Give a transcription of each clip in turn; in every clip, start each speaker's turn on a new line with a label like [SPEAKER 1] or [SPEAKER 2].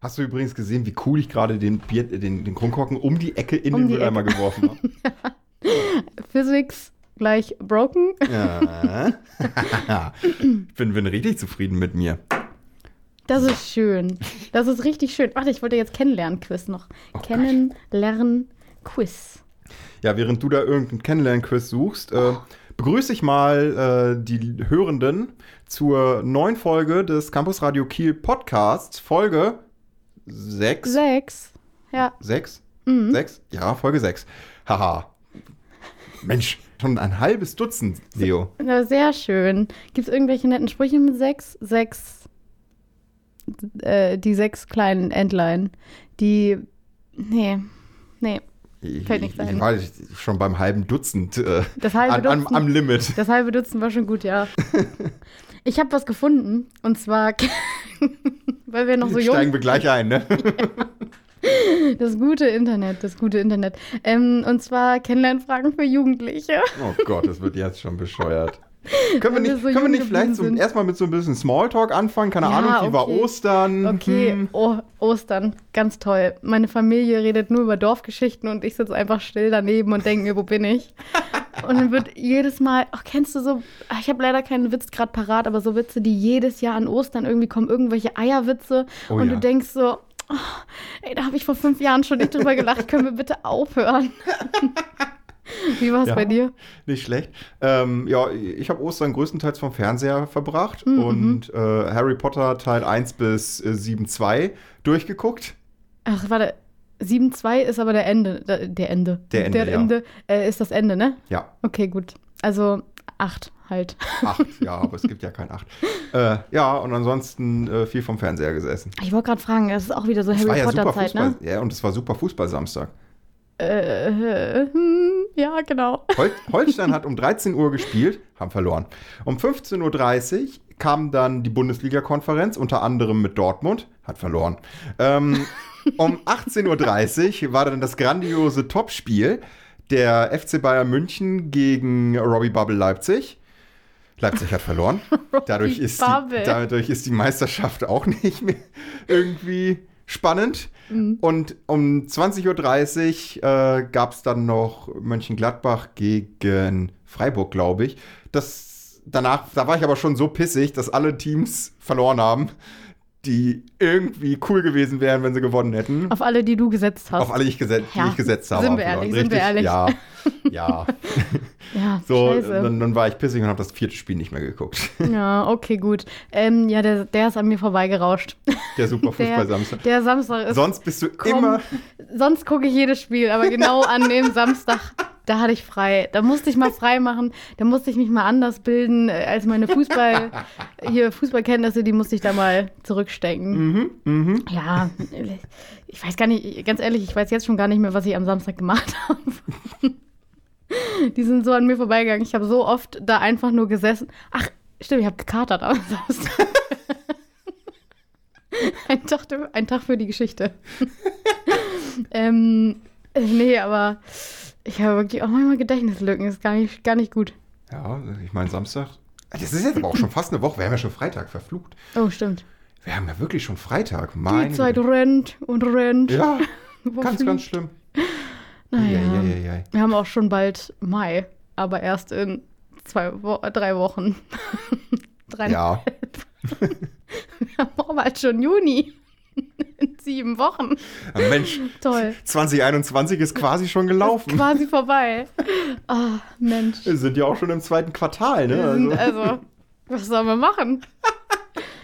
[SPEAKER 1] Hast du übrigens gesehen, wie cool ich gerade den, Bier, den, den Kronkorken um die Ecke in
[SPEAKER 2] Um
[SPEAKER 1] den
[SPEAKER 2] die
[SPEAKER 1] Mülleimer geworfen habe?
[SPEAKER 2] Physics gleich broken.
[SPEAKER 1] Ja. ich bin, bin richtig zufrieden mit mir.
[SPEAKER 2] Das ist schön. Das ist richtig schön. Warte, ich wollte jetzt kennenlernen-Quiz noch.
[SPEAKER 1] Oh Gott.
[SPEAKER 2] Kennenlernen-Quiz.
[SPEAKER 1] Ja, während du da irgendeinen Kennenlern-Quiz suchst, äh, begrüße ich mal äh, die Hörenden zur neuen Folge des Campus Radio Kiel Podcasts. Folge 6.
[SPEAKER 2] Sechs. Ja,
[SPEAKER 1] 6?
[SPEAKER 2] Mhm.
[SPEAKER 1] 6? Ja, Folge 6. Haha. Mensch, schon ein halbes Dutzend, Leo.
[SPEAKER 2] na, sehr schön. Gibt es irgendwelche netten Sprüche mit sechs? Sechs. Äh, die sechs kleinen Entlein. Die. Nee. Nee.
[SPEAKER 1] Ich,
[SPEAKER 2] Fällt nicht
[SPEAKER 1] ich,
[SPEAKER 2] ein.
[SPEAKER 1] ich war jetzt schon beim halben Dutzend, äh,
[SPEAKER 2] Das halbe
[SPEAKER 1] an, am-
[SPEAKER 2] Dutzend.
[SPEAKER 1] Am, Limit.
[SPEAKER 2] Das halbe Dutzend war schon gut, ja. Ich habe was gefunden. Und zwar, weil wir noch so jung
[SPEAKER 1] Steigen wir gleich ein, ne?
[SPEAKER 2] Das gute Internet, das gute Internet. Ähm, und zwar Kennenlernfragen für Jugendliche.
[SPEAKER 1] Oh Gott, das wird jetzt schon bescheuert. Können wir
[SPEAKER 2] Wenn wir
[SPEAKER 1] nicht,
[SPEAKER 2] so
[SPEAKER 1] können wir
[SPEAKER 2] jung
[SPEAKER 1] nicht vielleicht
[SPEAKER 2] geblieben
[SPEAKER 1] so
[SPEAKER 2] sind.
[SPEAKER 1] erstmal mit so ein bisschen Smalltalk anfangen? Keine
[SPEAKER 2] Ja,
[SPEAKER 1] Ahnung, wie war
[SPEAKER 2] okay.
[SPEAKER 1] Ostern?
[SPEAKER 2] Okay,
[SPEAKER 1] Hm.
[SPEAKER 2] oh, Ostern, ganz toll. Meine Familie redet nur über Dorfgeschichten und ich sitze einfach still daneben und denke mir, wo bin ich? Und dann wird jedes Mal, ach, kennst du so, ach, ich habe leider keinen Witz gerade parat, aber so Witze, die jedes Jahr an Ostern irgendwie kommen, irgendwelche Eierwitze.
[SPEAKER 1] Oh
[SPEAKER 2] und
[SPEAKER 1] ja.
[SPEAKER 2] du denkst so, oh, ey, da habe ich vor fünf Jahren schon nicht drüber gelacht, können wir bitte aufhören? Wie war es
[SPEAKER 1] Ja.
[SPEAKER 2] bei dir?
[SPEAKER 1] Nicht schlecht. Ähm, ja, ich habe Ostern größtenteils vom Fernseher verbracht
[SPEAKER 2] Mhm,
[SPEAKER 1] und äh, Harry Potter Teil 1 bis äh, 7, 2 durchgeguckt.
[SPEAKER 2] Ach, warte. 7-2 ist aber der Ende. da- Der Ende.
[SPEAKER 1] Der Ende, ja.
[SPEAKER 2] Ende äh, ist das Ende, ne?
[SPEAKER 1] Ja,
[SPEAKER 2] Okay, gut. Also 8 halt.
[SPEAKER 1] 8, ja, aber es gibt ja kein 8. Äh, ja, und ansonsten äh, viel vom Fernseher gesessen.
[SPEAKER 2] Ich wollte gerade fragen, das ist auch wieder so
[SPEAKER 1] Es war
[SPEAKER 2] Harry
[SPEAKER 1] ja super
[SPEAKER 2] Potter-Zeit,
[SPEAKER 1] Fußball.
[SPEAKER 2] ne?
[SPEAKER 1] Ja, und es war super Fußball-Samstag.
[SPEAKER 2] Äh, hm, ja, genau.
[SPEAKER 1] Hol Holstein hat um 13 Uhr gespielt, haben verloren. Um 15.30 Uhr kam dann die Bundesliga-Konferenz, unter anderem mit Dortmund, hat verloren. Ähm, um 18.30 Uhr war dann das grandiose Topspiel der FC Bayern München gegen Robbie Bubble Leipzig. Leipzig hat verloren. Dadurch ist, die,
[SPEAKER 2] Bubble.
[SPEAKER 1] dadurch ist die Meisterschaft auch nicht mehr irgendwie spannend. Und um 20.30 Uhr äh, gab es dann noch Mönchengladbach gegen Freiburg, glaube ich. Das, danach, da war ich aber schon so pissig, dass alle Teams verloren haben, die irgendwie cool gewesen wären, wenn sie gewonnen hätten.
[SPEAKER 2] Auf alle, die du gesetzt hast.
[SPEAKER 1] Auf alle, die ich, geset
[SPEAKER 2] Ja,
[SPEAKER 1] die ich gesetzt habe.
[SPEAKER 2] sind wir
[SPEAKER 1] haben
[SPEAKER 2] ehrlich,
[SPEAKER 1] verloren.
[SPEAKER 2] sind wir ehrlich.
[SPEAKER 1] Ja, ja.
[SPEAKER 2] ja,
[SPEAKER 1] So,
[SPEAKER 2] scheiße.
[SPEAKER 1] dann, dann war ich pissig und habe das vierte Spiel nicht mehr geguckt.
[SPEAKER 2] Ja, okay, gut. Ähm, ja, der, der ist an mir vorbeigerauscht.
[SPEAKER 1] Der super
[SPEAKER 2] Der,
[SPEAKER 1] Fußball-Samstag.
[SPEAKER 2] der Samstag ist
[SPEAKER 1] Sonst bist du
[SPEAKER 2] komm,
[SPEAKER 1] immer.
[SPEAKER 2] Sonst gucke ich jedes Spiel, aber genau an dem Samstag, da hatte ich frei. Da musste ich mal frei machen, da musste ich mich mal anders bilden äh, als meine Fußball, hier Fußballkenntnisse, die musste ich da mal zurückstecken.
[SPEAKER 1] Mhm, mhm.
[SPEAKER 2] Ja, ich weiß gar nicht, ganz ehrlich, ich weiß jetzt schon gar nicht mehr, was ich am Samstag gemacht habe. Die sind so an mir vorbeigegangen. Ich habe so oft da einfach nur gesessen. Ach, stimmt, ich habe gekatert am Samstag. Ein Tag, ein Tag für die Geschichte. ähm, nee, aber ich habe wirklich auch manchmal Gedächtnislücken. Ist gar nicht, gar nicht gut.
[SPEAKER 1] Ja, ich meine, Samstag. Das ist jetzt aber auch schon fast eine Woche. Wir haben ja schon Freitag verflucht.
[SPEAKER 2] Oh, stimmt.
[SPEAKER 1] Wir haben ja wirklich schon Freitag.
[SPEAKER 2] Die
[SPEAKER 1] Meine
[SPEAKER 2] Zeit
[SPEAKER 1] Güte.
[SPEAKER 2] rennt und rennt.
[SPEAKER 1] Ja,
[SPEAKER 2] Wo
[SPEAKER 1] ganz, ganz
[SPEAKER 2] fliegt-
[SPEAKER 1] schlimm.
[SPEAKER 2] Naja.
[SPEAKER 1] Eieieiei.
[SPEAKER 2] Wir haben auch schon bald Mai, aber erst in zwei, Wo drei Wochen. drei
[SPEAKER 1] Ja,
[SPEAKER 2] Wir haben auch bald schon Juni. in sieben Wochen.
[SPEAKER 1] Mensch,
[SPEAKER 2] Toll.
[SPEAKER 1] 2021 ist quasi schon
[SPEAKER 2] Ist
[SPEAKER 1] gelaufen.
[SPEAKER 2] quasi vorbei. Ah, Mensch.
[SPEAKER 1] Wir sind ja auch schon im zweiten Quartal, ne?
[SPEAKER 2] Wir sind,
[SPEAKER 1] Also,
[SPEAKER 2] also, was sollen wir machen?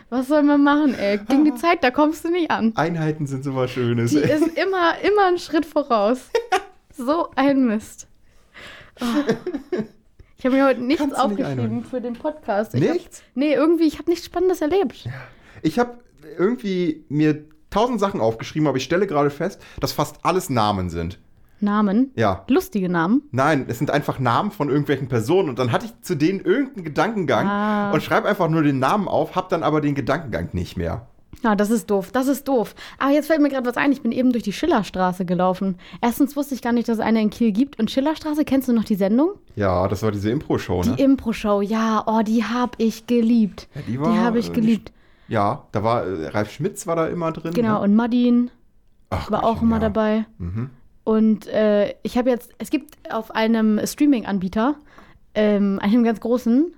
[SPEAKER 2] Was sollen wir machen, ey? Gegen die Zeit, da kommst du nicht an.
[SPEAKER 1] Einheiten sind sowas Schönes.
[SPEAKER 2] Die ist immer, immer einen Schritt voraus. So ein Mist. Oh. Ich habe mir heute nichts
[SPEAKER 1] Kannst du nicht
[SPEAKER 2] aufgeschrieben
[SPEAKER 1] einholen.
[SPEAKER 2] für den Podcast. Ich
[SPEAKER 1] Nichts?
[SPEAKER 2] Hab, nee, irgendwie, ich habe nichts Spannendes erlebt.
[SPEAKER 1] Ich habe irgendwie mir tausend Sachen aufgeschrieben, aber ich stelle gerade fest, dass fast alles Namen sind.
[SPEAKER 2] Namen,
[SPEAKER 1] Ja.
[SPEAKER 2] lustige Namen.
[SPEAKER 1] Nein, es sind einfach Namen von irgendwelchen Personen und dann hatte ich zu denen irgendeinen Gedankengang
[SPEAKER 2] Ah.
[SPEAKER 1] und schreibe einfach nur den Namen auf, hab dann aber den Gedankengang nicht mehr.
[SPEAKER 2] Ja, Ah, das ist doof, das ist doof. Aber jetzt fällt mir gerade was ein. Ich bin eben durch die Schillerstraße gelaufen. Erstens wusste ich gar nicht, dass es eine in Kiel gibt. Und Schillerstraße, kennst du noch die Sendung?
[SPEAKER 1] Ja, das war diese Impro-Show,
[SPEAKER 2] Die
[SPEAKER 1] ne?
[SPEAKER 2] Impro-Show, ja. Oh, die habe ich geliebt.
[SPEAKER 1] Ja, die war,
[SPEAKER 2] habe
[SPEAKER 1] äh,
[SPEAKER 2] ich geliebt.
[SPEAKER 1] Ja, da war äh, Ralf Schmitz war da immer drin.
[SPEAKER 2] Genau,
[SPEAKER 1] Ne?
[SPEAKER 2] und Madin
[SPEAKER 1] Ach,
[SPEAKER 2] war auch
[SPEAKER 1] Gottchen,
[SPEAKER 2] immer
[SPEAKER 1] ja.
[SPEAKER 2] dabei.
[SPEAKER 1] Mhm.
[SPEAKER 2] Und äh, ich habe jetzt, es gibt auf einem Streaming-Anbieter, ähm, einem ganz großen,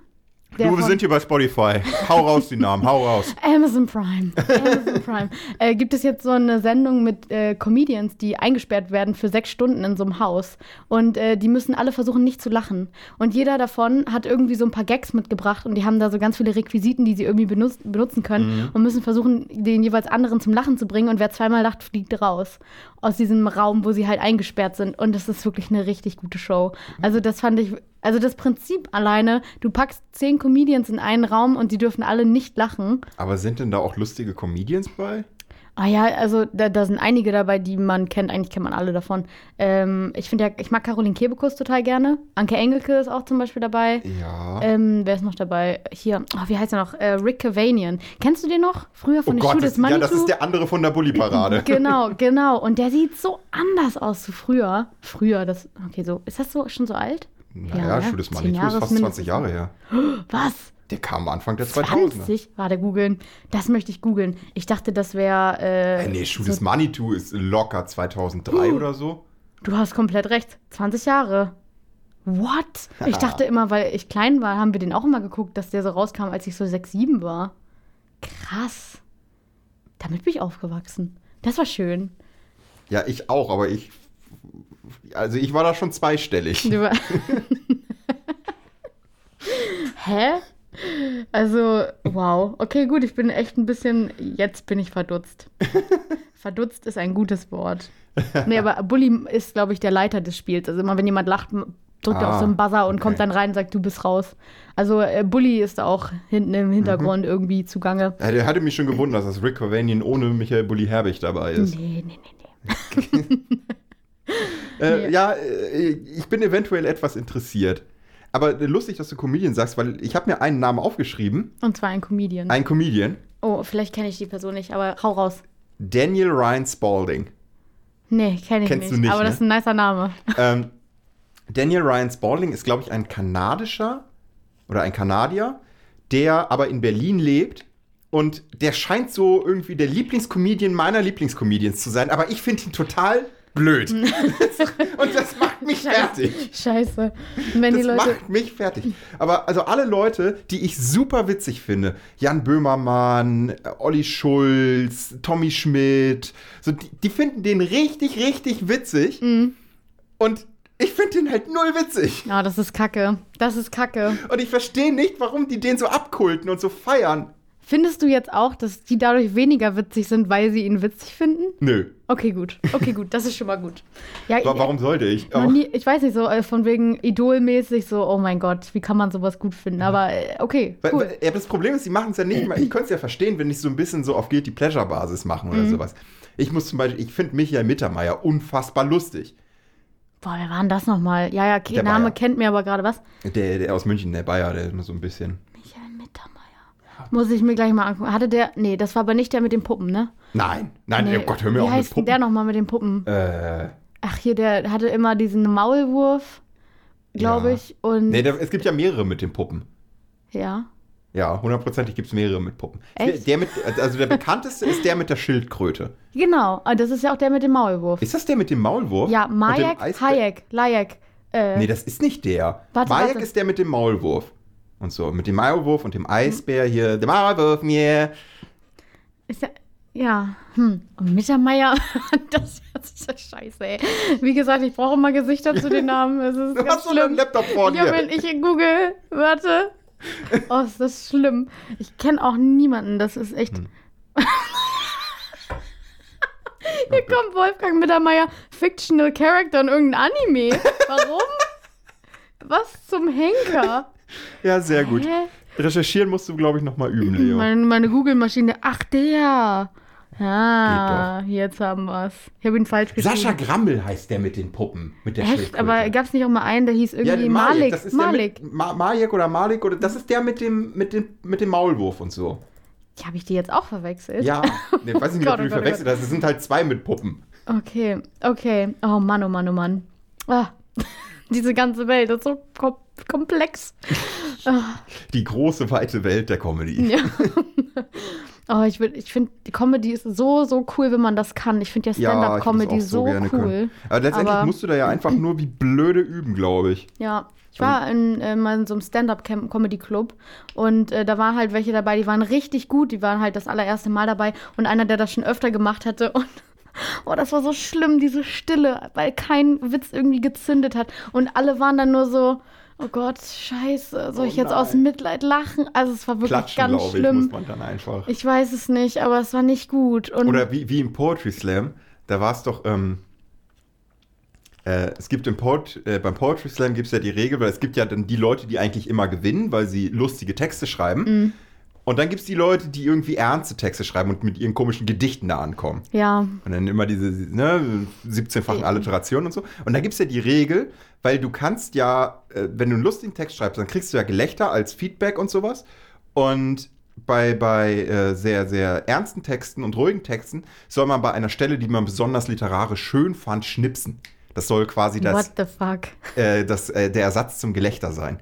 [SPEAKER 1] Du, wir
[SPEAKER 2] von
[SPEAKER 1] sind hier bei Spotify. Hau raus die Namen, hau raus.
[SPEAKER 2] Amazon Prime. Amazon Prime. Äh, gibt es jetzt so eine Sendung mit äh, Comedians, die eingesperrt werden für sechs Stunden in so einem Haus. Und äh, die müssen alle versuchen, nicht zu lachen. Und jeder davon hat irgendwie so ein paar Gags mitgebracht und die haben da so ganz viele Requisiten, die sie irgendwie benutzt, benutzen können und müssen versuchen, den jeweils anderen zum Lachen zu bringen. Und wer zweimal lacht, fliegt raus aus diesem Raum, wo sie halt eingesperrt sind. Und das ist wirklich eine richtig gute Show. Also das fand ich also das Prinzip alleine, du packst zehn Comedians in einen Raum und die dürfen alle nicht lachen.
[SPEAKER 1] Aber sind denn da auch lustige Comedians bei?
[SPEAKER 2] Ah ja, also da, da sind einige dabei, die man kennt. Eigentlich kennt man alle davon. Ähm, ich finde ja, ich mag Caroline Kebekus total gerne. Anke Engelke ist auch zum Beispiel dabei.
[SPEAKER 1] Ja. Oh
[SPEAKER 2] Ähm, wer ist noch dabei? Hier, oh, wie heißt er noch? Äh, Rick Cavanian. Kennst du den noch? Früher
[SPEAKER 1] oh
[SPEAKER 2] von der
[SPEAKER 1] Gott,
[SPEAKER 2] Schule
[SPEAKER 1] das,
[SPEAKER 2] des
[SPEAKER 1] ja,
[SPEAKER 2] Manitou.
[SPEAKER 1] das ist der andere von der Bulli-Parade.
[SPEAKER 2] Genau, genau. Und der sieht so anders aus zu früher. Früher, das, okay, so, ist das so schon so alt?
[SPEAKER 1] Naja, ja, Schuh des
[SPEAKER 2] zehn
[SPEAKER 1] Manitou
[SPEAKER 2] Jahre
[SPEAKER 1] ist fast
[SPEAKER 2] mindestens.
[SPEAKER 1] 20 Jahre her.
[SPEAKER 2] Was?
[SPEAKER 1] Der kam Anfang der 2000er.
[SPEAKER 2] 20? Warte, googeln. Das möchte ich googeln. Ich dachte, das wäre. Äh,
[SPEAKER 1] Äh, nee, Schuh
[SPEAKER 2] so,
[SPEAKER 1] des Manitou ist locker 2003 oder so.
[SPEAKER 2] du hast komplett recht. 20 Jahre. What? Ich dachte immer, weil ich klein war, haben wir den auch immer geguckt, dass der so rauskam, als ich so 6, 7 war. Krass. Damit bin ich aufgewachsen. Das war schön.
[SPEAKER 1] Ja, ich auch, aber ich. Also, ich war da schon zweistellig.
[SPEAKER 2] Du war Hä? Also, wow. Okay, gut, ich bin echt ein bisschen, jetzt bin ich verdutzt. Verdutzt ist ein gutes Wort. Nee, aber Bully ist, glaube ich, der Leiter des Spiels. Also immer, wenn jemand lacht, m- drückt er auf
[SPEAKER 1] Ah,
[SPEAKER 2] so einen Buzzer und
[SPEAKER 1] okay.
[SPEAKER 2] kommt dann rein und sagt, du bist raus. Also äh, Bully ist auch hinten im Hintergrund
[SPEAKER 1] Mhm.
[SPEAKER 2] irgendwie zugange.
[SPEAKER 1] Ja, der hatte mich schon gewundert, dass das Rick Cavanian ohne Michael Bulli Herbig dabei ist.
[SPEAKER 2] Nee, nee, nee, nee.
[SPEAKER 1] Äh,
[SPEAKER 2] Nee.
[SPEAKER 1] ja, äh, ich bin eventuell etwas interessiert. Aber äh, lustig, dass du Comedian sagst, weil ich habe mir einen Namen aufgeschrieben.
[SPEAKER 2] Und zwar ein Comedian.
[SPEAKER 1] Ein Comedian.
[SPEAKER 2] oh, vielleicht kenne ich die Person nicht, aber hau raus.
[SPEAKER 1] Daniel Ryan Spalding.
[SPEAKER 2] Nee, kenne ich
[SPEAKER 1] Kennst du
[SPEAKER 2] nicht.
[SPEAKER 1] nicht,
[SPEAKER 2] aber das
[SPEAKER 1] ne?
[SPEAKER 2] ist ein nicer Name.
[SPEAKER 1] ähm, Daniel Ryan Spalding ist, glaube ich, ein kanadischer oder ein Kanadier, der aber in Berlin lebt. Und der scheint so irgendwie der Lieblingscomedian meiner Lieblingscomedians zu sein. Aber ich finde ihn total blöd. und das macht mich fertig.
[SPEAKER 2] Scheiße. Und Wenn
[SPEAKER 1] Das
[SPEAKER 2] die Leute.
[SPEAKER 1] macht mich fertig. Aber also alle Leute, die ich super witzig finde, Jan Böhmermann, Olli Schulz, Tommy Schmidt, so, die, die finden den richtig, richtig witzig. Und ich finde den halt null witzig.
[SPEAKER 2] Ja, Ah, das ist Kacke. Das ist Kacke.
[SPEAKER 1] Und ich verstehe nicht, warum die den so abkulten und so feiern.
[SPEAKER 2] Findest du jetzt auch, dass die dadurch weniger witzig sind, weil sie ihn witzig finden?
[SPEAKER 1] Nö,
[SPEAKER 2] Okay, gut. Okay, gut. Das ist schon mal gut. Ja,
[SPEAKER 1] wa- warum sollte ich? Oh.
[SPEAKER 2] noch
[SPEAKER 1] Aber-
[SPEAKER 2] nie, ich weiß nicht, so äh, von wegen idolmäßig, so, oh mein Gott, wie kann man sowas gut
[SPEAKER 1] Mhm.
[SPEAKER 2] finden? Aber äh, okay,
[SPEAKER 1] Weil-
[SPEAKER 2] cool.
[SPEAKER 1] weil- Ja, das Problem ist, sie machen es ja nicht mal. Ich könnte es ja verstehen, wenn ich so ein bisschen so auf Guilty Pleasure Basis machen
[SPEAKER 2] Mhm.
[SPEAKER 1] oder sowas. Ich muss zum Beispiel, ich finde Michael Mittermeier unfassbar lustig.
[SPEAKER 2] Boah, wer war denn das nochmal? Ja, ja,
[SPEAKER 1] Der
[SPEAKER 2] der Name
[SPEAKER 1] Bayer.
[SPEAKER 2] kennt mir aber gerade was.
[SPEAKER 1] Der, der aus München, der Bayer, der immer so ein bisschen.
[SPEAKER 2] Michael Mittermeier. Muss ich mir gleich mal angucken. Hatte der. Nee, das war aber nicht der mit den Puppen, ne?
[SPEAKER 1] Nein, nein,
[SPEAKER 2] nee.
[SPEAKER 1] oh Gott, hör mir
[SPEAKER 2] Wie
[SPEAKER 1] auf mit
[SPEAKER 2] heißt denn der
[SPEAKER 1] Puppen.
[SPEAKER 2] nochmal mit den Puppen?
[SPEAKER 1] Äh,
[SPEAKER 2] Ach, hier, der hatte immer diesen Maulwurf, glaube
[SPEAKER 1] Ja.
[SPEAKER 2] ich. Und
[SPEAKER 1] nee, da, es gibt ja mehrere mit den Puppen.
[SPEAKER 2] ja.
[SPEAKER 1] Ja, hundertprozentig gibt es mehrere mit Puppen.
[SPEAKER 2] Echt?
[SPEAKER 1] Der mit, also der bekannteste ist der mit der Schildkröte.
[SPEAKER 2] Genau, ah, das ist ja auch der mit dem Maulwurf.
[SPEAKER 1] Ist das der mit dem Maulwurf?
[SPEAKER 2] ja,
[SPEAKER 1] Und dem
[SPEAKER 2] Majek,
[SPEAKER 1] Eisbär-
[SPEAKER 2] Hayek, Lajek. Äh,
[SPEAKER 1] Nee, das ist nicht der.
[SPEAKER 2] Warte,
[SPEAKER 1] Majek
[SPEAKER 2] warte.
[SPEAKER 1] ist der mit dem Maulwurf. Und so, mit dem Maulwurf und dem Eisbär hier. Der Maulwurf, mir.
[SPEAKER 2] ist ja, ja, hm. Und Mittermeier, das, das ist ja scheiße, ey. Wie gesagt, ich brauche immer Gesichter zu den Namen. Das ist
[SPEAKER 1] Was
[SPEAKER 2] ganz
[SPEAKER 1] hast du denn
[SPEAKER 2] schlimm.
[SPEAKER 1] einen Laptop vor
[SPEAKER 2] ja,
[SPEAKER 1] dir?
[SPEAKER 2] wenn ich in Google, warte. Oh, ist das schlimm. Ich kenne auch niemanden, das ist echt.
[SPEAKER 1] Hm.
[SPEAKER 2] Hier kommt Wolfgang Mittermeier, Fictional Character in irgendein Anime. Warum? Was zum Henker?
[SPEAKER 1] Ja, sehr gut.
[SPEAKER 2] Hä?
[SPEAKER 1] Recherchieren musst du, glaube ich, nochmal üben, Leo.
[SPEAKER 2] Meine, meine Google-Maschine, ach der. Ah, jetzt haben wir's. Ich habe ihn falsch geschrieben.
[SPEAKER 1] Sascha Grammel heißt der mit den Puppen. Mit der
[SPEAKER 2] Echt,
[SPEAKER 1] Schildkröte.
[SPEAKER 2] aber gab's nicht auch mal einen, der hieß
[SPEAKER 1] Ja,
[SPEAKER 2] irgendwie
[SPEAKER 1] der
[SPEAKER 2] Malik?
[SPEAKER 1] das ist
[SPEAKER 2] Malik.
[SPEAKER 1] Der mit, Ma Malik oder Malik oder das ist der mit dem, mit dem, mit dem Maulwurf und so.
[SPEAKER 2] Habe ich die jetzt auch verwechselt?
[SPEAKER 1] Ja, ne, weiß ich nicht,
[SPEAKER 2] Gott,
[SPEAKER 1] ob du
[SPEAKER 2] oh
[SPEAKER 1] die
[SPEAKER 2] Gott, oh
[SPEAKER 1] verwechselt hast. Es sind halt zwei mit Puppen.
[SPEAKER 2] Okay, okay. Oh Mann, oh Mann, oh Mann. Ah, diese ganze Welt ist so kom- komplex.
[SPEAKER 1] Die große, weite Welt der Comedy.
[SPEAKER 2] Ja. Oh, ich, will- ich finde, die Comedy ist so, so cool, wenn man das kann. Ich finde ja
[SPEAKER 1] Ja, ich würd das
[SPEAKER 2] Stand-Up-Comedy
[SPEAKER 1] auch
[SPEAKER 2] so, cool.
[SPEAKER 1] können. Aber letztendlich
[SPEAKER 2] Aber-
[SPEAKER 1] musst du da ja einfach nur wie blöde üben, glaube ich.
[SPEAKER 2] Ja. Ich war in, äh, mal in so einem Stand-Up-Comedy-Club und äh, da waren halt welche dabei, die waren richtig gut, die waren halt das allererste Mal dabei und einer, der das schon öfter gemacht hatte und oh, das war so schlimm, diese Stille, weil kein Witz irgendwie gezündet hat und alle waren dann nur so, oh Gott, scheiße, soll
[SPEAKER 1] Oh
[SPEAKER 2] ich jetzt aus
[SPEAKER 1] nein.
[SPEAKER 2] Mitleid lachen? Also es war wirklich
[SPEAKER 1] Klatschen,
[SPEAKER 2] ganz
[SPEAKER 1] glaube ich, muss
[SPEAKER 2] schlimm.
[SPEAKER 1] man dann einfach.
[SPEAKER 2] Ich, weiß es nicht, aber es war nicht gut und
[SPEAKER 1] Oder wie, wie im Poetry Slam, da war es doch, ähm, äh, es gibt im Poet, äh, beim Poetry Slam gibt es ja die Regel, weil es gibt ja dann die Leute, die eigentlich immer gewinnen, weil sie lustige Texte schreiben. Und dann gibt es die Leute, die irgendwie ernste Texte schreiben und mit ihren komischen Gedichten da ankommen.
[SPEAKER 2] ja,
[SPEAKER 1] Und dann immer diese ne,
[SPEAKER 2] Mhm.
[SPEAKER 1] 17-fachen Alliterationen und so. Und da gibt es ja die Regel, weil du kannst ja, äh, wenn du einen lustigen Text schreibst, dann kriegst du ja Gelächter als Feedback und sowas. Und bei, bei äh, sehr, sehr ernsten Texten und ruhigen Texten soll man bei einer Stelle, die man besonders literarisch schön fand, schnipsen. Das soll quasi das,
[SPEAKER 2] what the fuck.
[SPEAKER 1] äh, das, äh, der Ersatz zum Gelächter sein.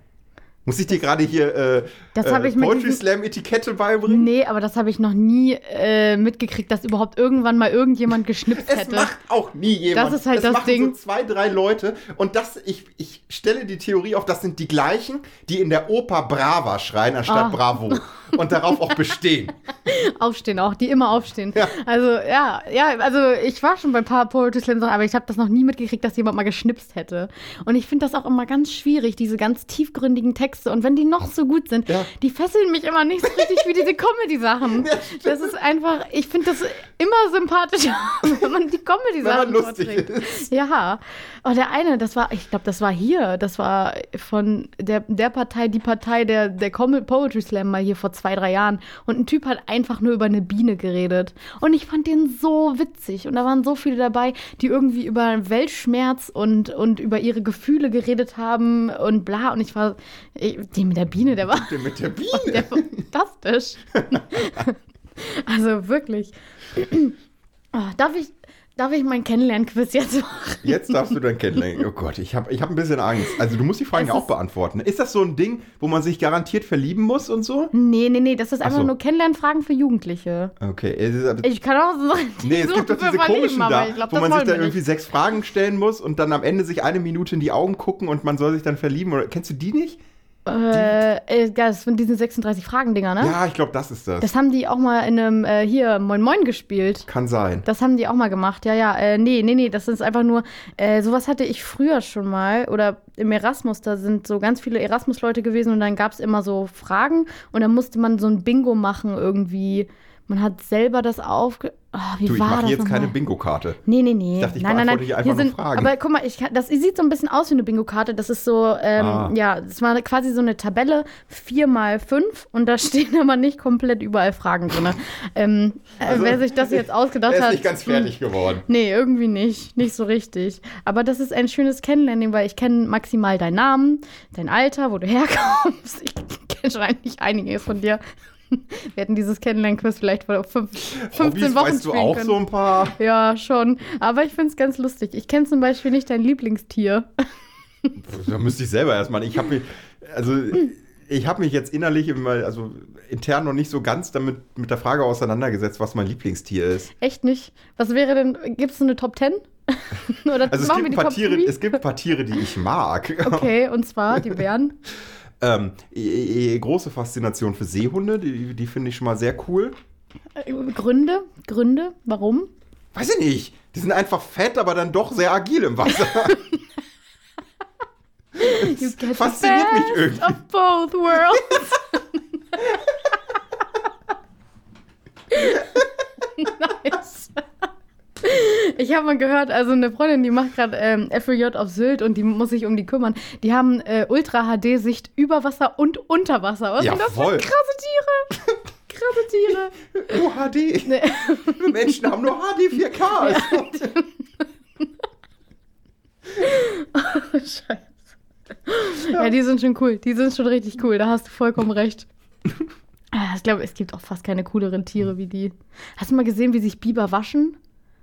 [SPEAKER 1] Muss ich dir gerade hier äh,
[SPEAKER 2] Das hab
[SPEAKER 1] äh,
[SPEAKER 2] ich mit
[SPEAKER 1] Poetry
[SPEAKER 2] diesem-
[SPEAKER 1] Slam Etikette beibringen?
[SPEAKER 2] Nee, aber das habe ich noch nie äh, mitgekriegt, dass überhaupt irgendwann mal irgendjemand geschnipst
[SPEAKER 1] Es
[SPEAKER 2] hätte.
[SPEAKER 1] macht auch nie jemand.
[SPEAKER 2] Das ist halt
[SPEAKER 1] es
[SPEAKER 2] das
[SPEAKER 1] machen
[SPEAKER 2] Ding.
[SPEAKER 1] so zwei, drei Leute. Und das, ich, ich stelle die Theorie auf, das sind die gleichen, die in der Oper Brava schreien anstatt
[SPEAKER 2] Ah.
[SPEAKER 1] Bravo. Und darauf auch bestehen.
[SPEAKER 2] Aufstehen auch, die immer aufstehen.
[SPEAKER 1] Ja.
[SPEAKER 2] Also, ja, ja, also ich war schon bei ein paar Poetry Slams, aber ich habe das noch nie mitgekriegt, dass jemand mal geschnipst hätte. Und ich finde das auch immer ganz schwierig, diese ganz tiefgründigen Texte. Und wenn die noch so gut sind,
[SPEAKER 1] Ja.
[SPEAKER 2] die fesseln mich immer nicht so richtig wie diese Comedy-Sachen.
[SPEAKER 1] Ja, stimmt.
[SPEAKER 2] das ist einfach, ich finde das immer sympathischer, wenn man die
[SPEAKER 1] Wenn man
[SPEAKER 2] Comedy-Sachen
[SPEAKER 1] lustig
[SPEAKER 2] vorträgt.
[SPEAKER 1] ist.
[SPEAKER 2] Ja, aber der eine, das war, ich glaube, das war hier, das war von der, der Partei, die Partei der, der Com Poetry Slam mal hier vor zwei, drei Jahren. Und ein Typ hat einfach nur über eine Biene geredet. Und ich fand den so witzig. Und da waren so viele dabei, die irgendwie über Weltschmerz und, und über ihre Gefühle geredet haben und bla. Und ich war, ich, den mit der Biene, der war,
[SPEAKER 1] Der Mit Oh, der
[SPEAKER 2] der
[SPEAKER 1] Biene.
[SPEAKER 2] war fantastisch. also wirklich. Ah, darf ich. Darf ich mein Kennenlern-Quiz jetzt machen?
[SPEAKER 1] Jetzt darfst du dein kennenlernen. Oh Gott, ich habe ich hab ein bisschen Angst. Also du musst die Fragen
[SPEAKER 2] Es
[SPEAKER 1] ja auch
[SPEAKER 2] ist-
[SPEAKER 1] beantworten. Ist das so ein Ding, wo man sich garantiert verlieben muss und so?
[SPEAKER 2] Nee, nee, nee, das ist
[SPEAKER 1] Ach
[SPEAKER 2] einfach
[SPEAKER 1] so.
[SPEAKER 2] nur Kennenlernfragen für Jugendliche.
[SPEAKER 1] Okay. es ist aber-
[SPEAKER 2] Ich kann auch so.
[SPEAKER 1] Nee, es
[SPEAKER 2] so
[SPEAKER 1] gibt doch diese
[SPEAKER 2] verlieben,
[SPEAKER 1] komischen
[SPEAKER 2] aber
[SPEAKER 1] da,
[SPEAKER 2] ich glaub,
[SPEAKER 1] wo
[SPEAKER 2] das
[SPEAKER 1] man sich
[SPEAKER 2] wollen
[SPEAKER 1] da
[SPEAKER 2] wir
[SPEAKER 1] irgendwie sechs Fragen stellen muss und dann am Ende sich eine Minute in die Augen gucken und man soll sich dann verlieben. Oder, kennst du die nicht?
[SPEAKER 2] nicht. Äh, äh, ja, das sind diese 36-Fragen-Dinger, ne?
[SPEAKER 1] Ja, ich glaube, das ist das.
[SPEAKER 2] Das haben die auch mal in einem, äh, hier, Moin Moin gespielt.
[SPEAKER 1] Kann sein.
[SPEAKER 2] Das haben die auch mal gemacht, ja, ja. Äh, nee, nee, nee, das ist einfach nur, äh, sowas hatte ich früher schon mal. Oder im Erasmus, da sind so ganz viele Erasmus-Leute gewesen und dann gab es immer so Fragen und dann musste man so ein Bingo machen irgendwie. Man hat selber das aufge... Oh, wie
[SPEAKER 1] Du, ich
[SPEAKER 2] war
[SPEAKER 1] mache
[SPEAKER 2] das
[SPEAKER 1] jetzt keine
[SPEAKER 2] nochmal?
[SPEAKER 1] Bingo-Karte.
[SPEAKER 2] Nee, nee, nee.
[SPEAKER 1] Ich dachte, ich
[SPEAKER 2] nein, nein, nein.
[SPEAKER 1] beantworte hier einfach
[SPEAKER 2] Hier
[SPEAKER 1] nur
[SPEAKER 2] sind,
[SPEAKER 1] Fragen.
[SPEAKER 2] Aber guck mal, ich kann, das sieht so ein bisschen aus wie eine Bingo-Karte. Das ist so, ähm,
[SPEAKER 1] Ah.
[SPEAKER 2] ja, das war quasi so eine Tabelle, 4 mal 5 und da stehen aber nicht komplett überall Fragen drin. ähm, äh,
[SPEAKER 1] Also,
[SPEAKER 2] wer sich das jetzt
[SPEAKER 1] Er
[SPEAKER 2] ausgedacht
[SPEAKER 1] ist
[SPEAKER 2] hat.
[SPEAKER 1] nicht ganz
[SPEAKER 2] hm,
[SPEAKER 1] fertig geworden.
[SPEAKER 2] Nee, irgendwie nicht. Nicht so richtig. Aber das ist ein schönes Kennenlernen, weil ich kenne maximal deinen Namen, dein Alter, wo du herkommst. Ich kenne schon eigentlich einiges von dir. Wir hätten dieses Kennenlernen-Quiz vielleicht vor fünf, 15
[SPEAKER 1] Hobbys
[SPEAKER 2] Wochen
[SPEAKER 1] weißt du
[SPEAKER 2] spielen
[SPEAKER 1] auch
[SPEAKER 2] können.
[SPEAKER 1] so ein paar.
[SPEAKER 2] Ja, schon. Aber ich find's ganz lustig. Ich kenn zum Beispiel nicht dein Lieblingstier.
[SPEAKER 1] Da müsste ich selber erstmal. Ich habe mich, also ich habe mich jetzt innerlich, immer, also intern noch nicht so ganz damit mit der Frage auseinandergesetzt, was mein Lieblingstier ist.
[SPEAKER 2] Echt nicht. Was wäre denn, gibt's eine Top 10? Oder
[SPEAKER 1] Also es
[SPEAKER 2] machen
[SPEAKER 1] gibt, ein
[SPEAKER 2] wir die
[SPEAKER 1] paar
[SPEAKER 2] Top
[SPEAKER 1] Tiere,
[SPEAKER 2] 3?
[SPEAKER 1] es gibt ein paar Tiere, die ich mag.
[SPEAKER 2] Okay, und zwar die Bären.
[SPEAKER 1] Ähm, eh, eh, große Faszination für Seehunde, die, die finde ich schon mal sehr cool.
[SPEAKER 2] Äh, Gründe, Gründe, warum?
[SPEAKER 1] Weiß ich nicht. Die sind einfach fett, aber dann doch sehr agil im Wasser.
[SPEAKER 2] You get the
[SPEAKER 1] fasziniert mich
[SPEAKER 2] best
[SPEAKER 1] irgendwie.
[SPEAKER 2] Of both worlds. nice. Ich habe mal gehört, also eine Freundin, die macht gerade ähm, FJ auf Sylt und die muss sich um die kümmern. Die haben äh, Ultra-HD-Sicht über Wasser und unter Wasser. Was
[SPEAKER 1] Ja,
[SPEAKER 2] sind das
[SPEAKER 1] voll.
[SPEAKER 2] für krasse Tiere? krasse Tiere.
[SPEAKER 1] Nur HD. Wir Menschen haben nur HD 4K.
[SPEAKER 2] Scheiße. Ja, die sind schon cool. Die sind schon richtig cool. Da hast du vollkommen recht. Ah, Ich glaube, es gibt auch fast keine cooleren Tiere wie die. Hast du mal gesehen, wie sich Biber waschen?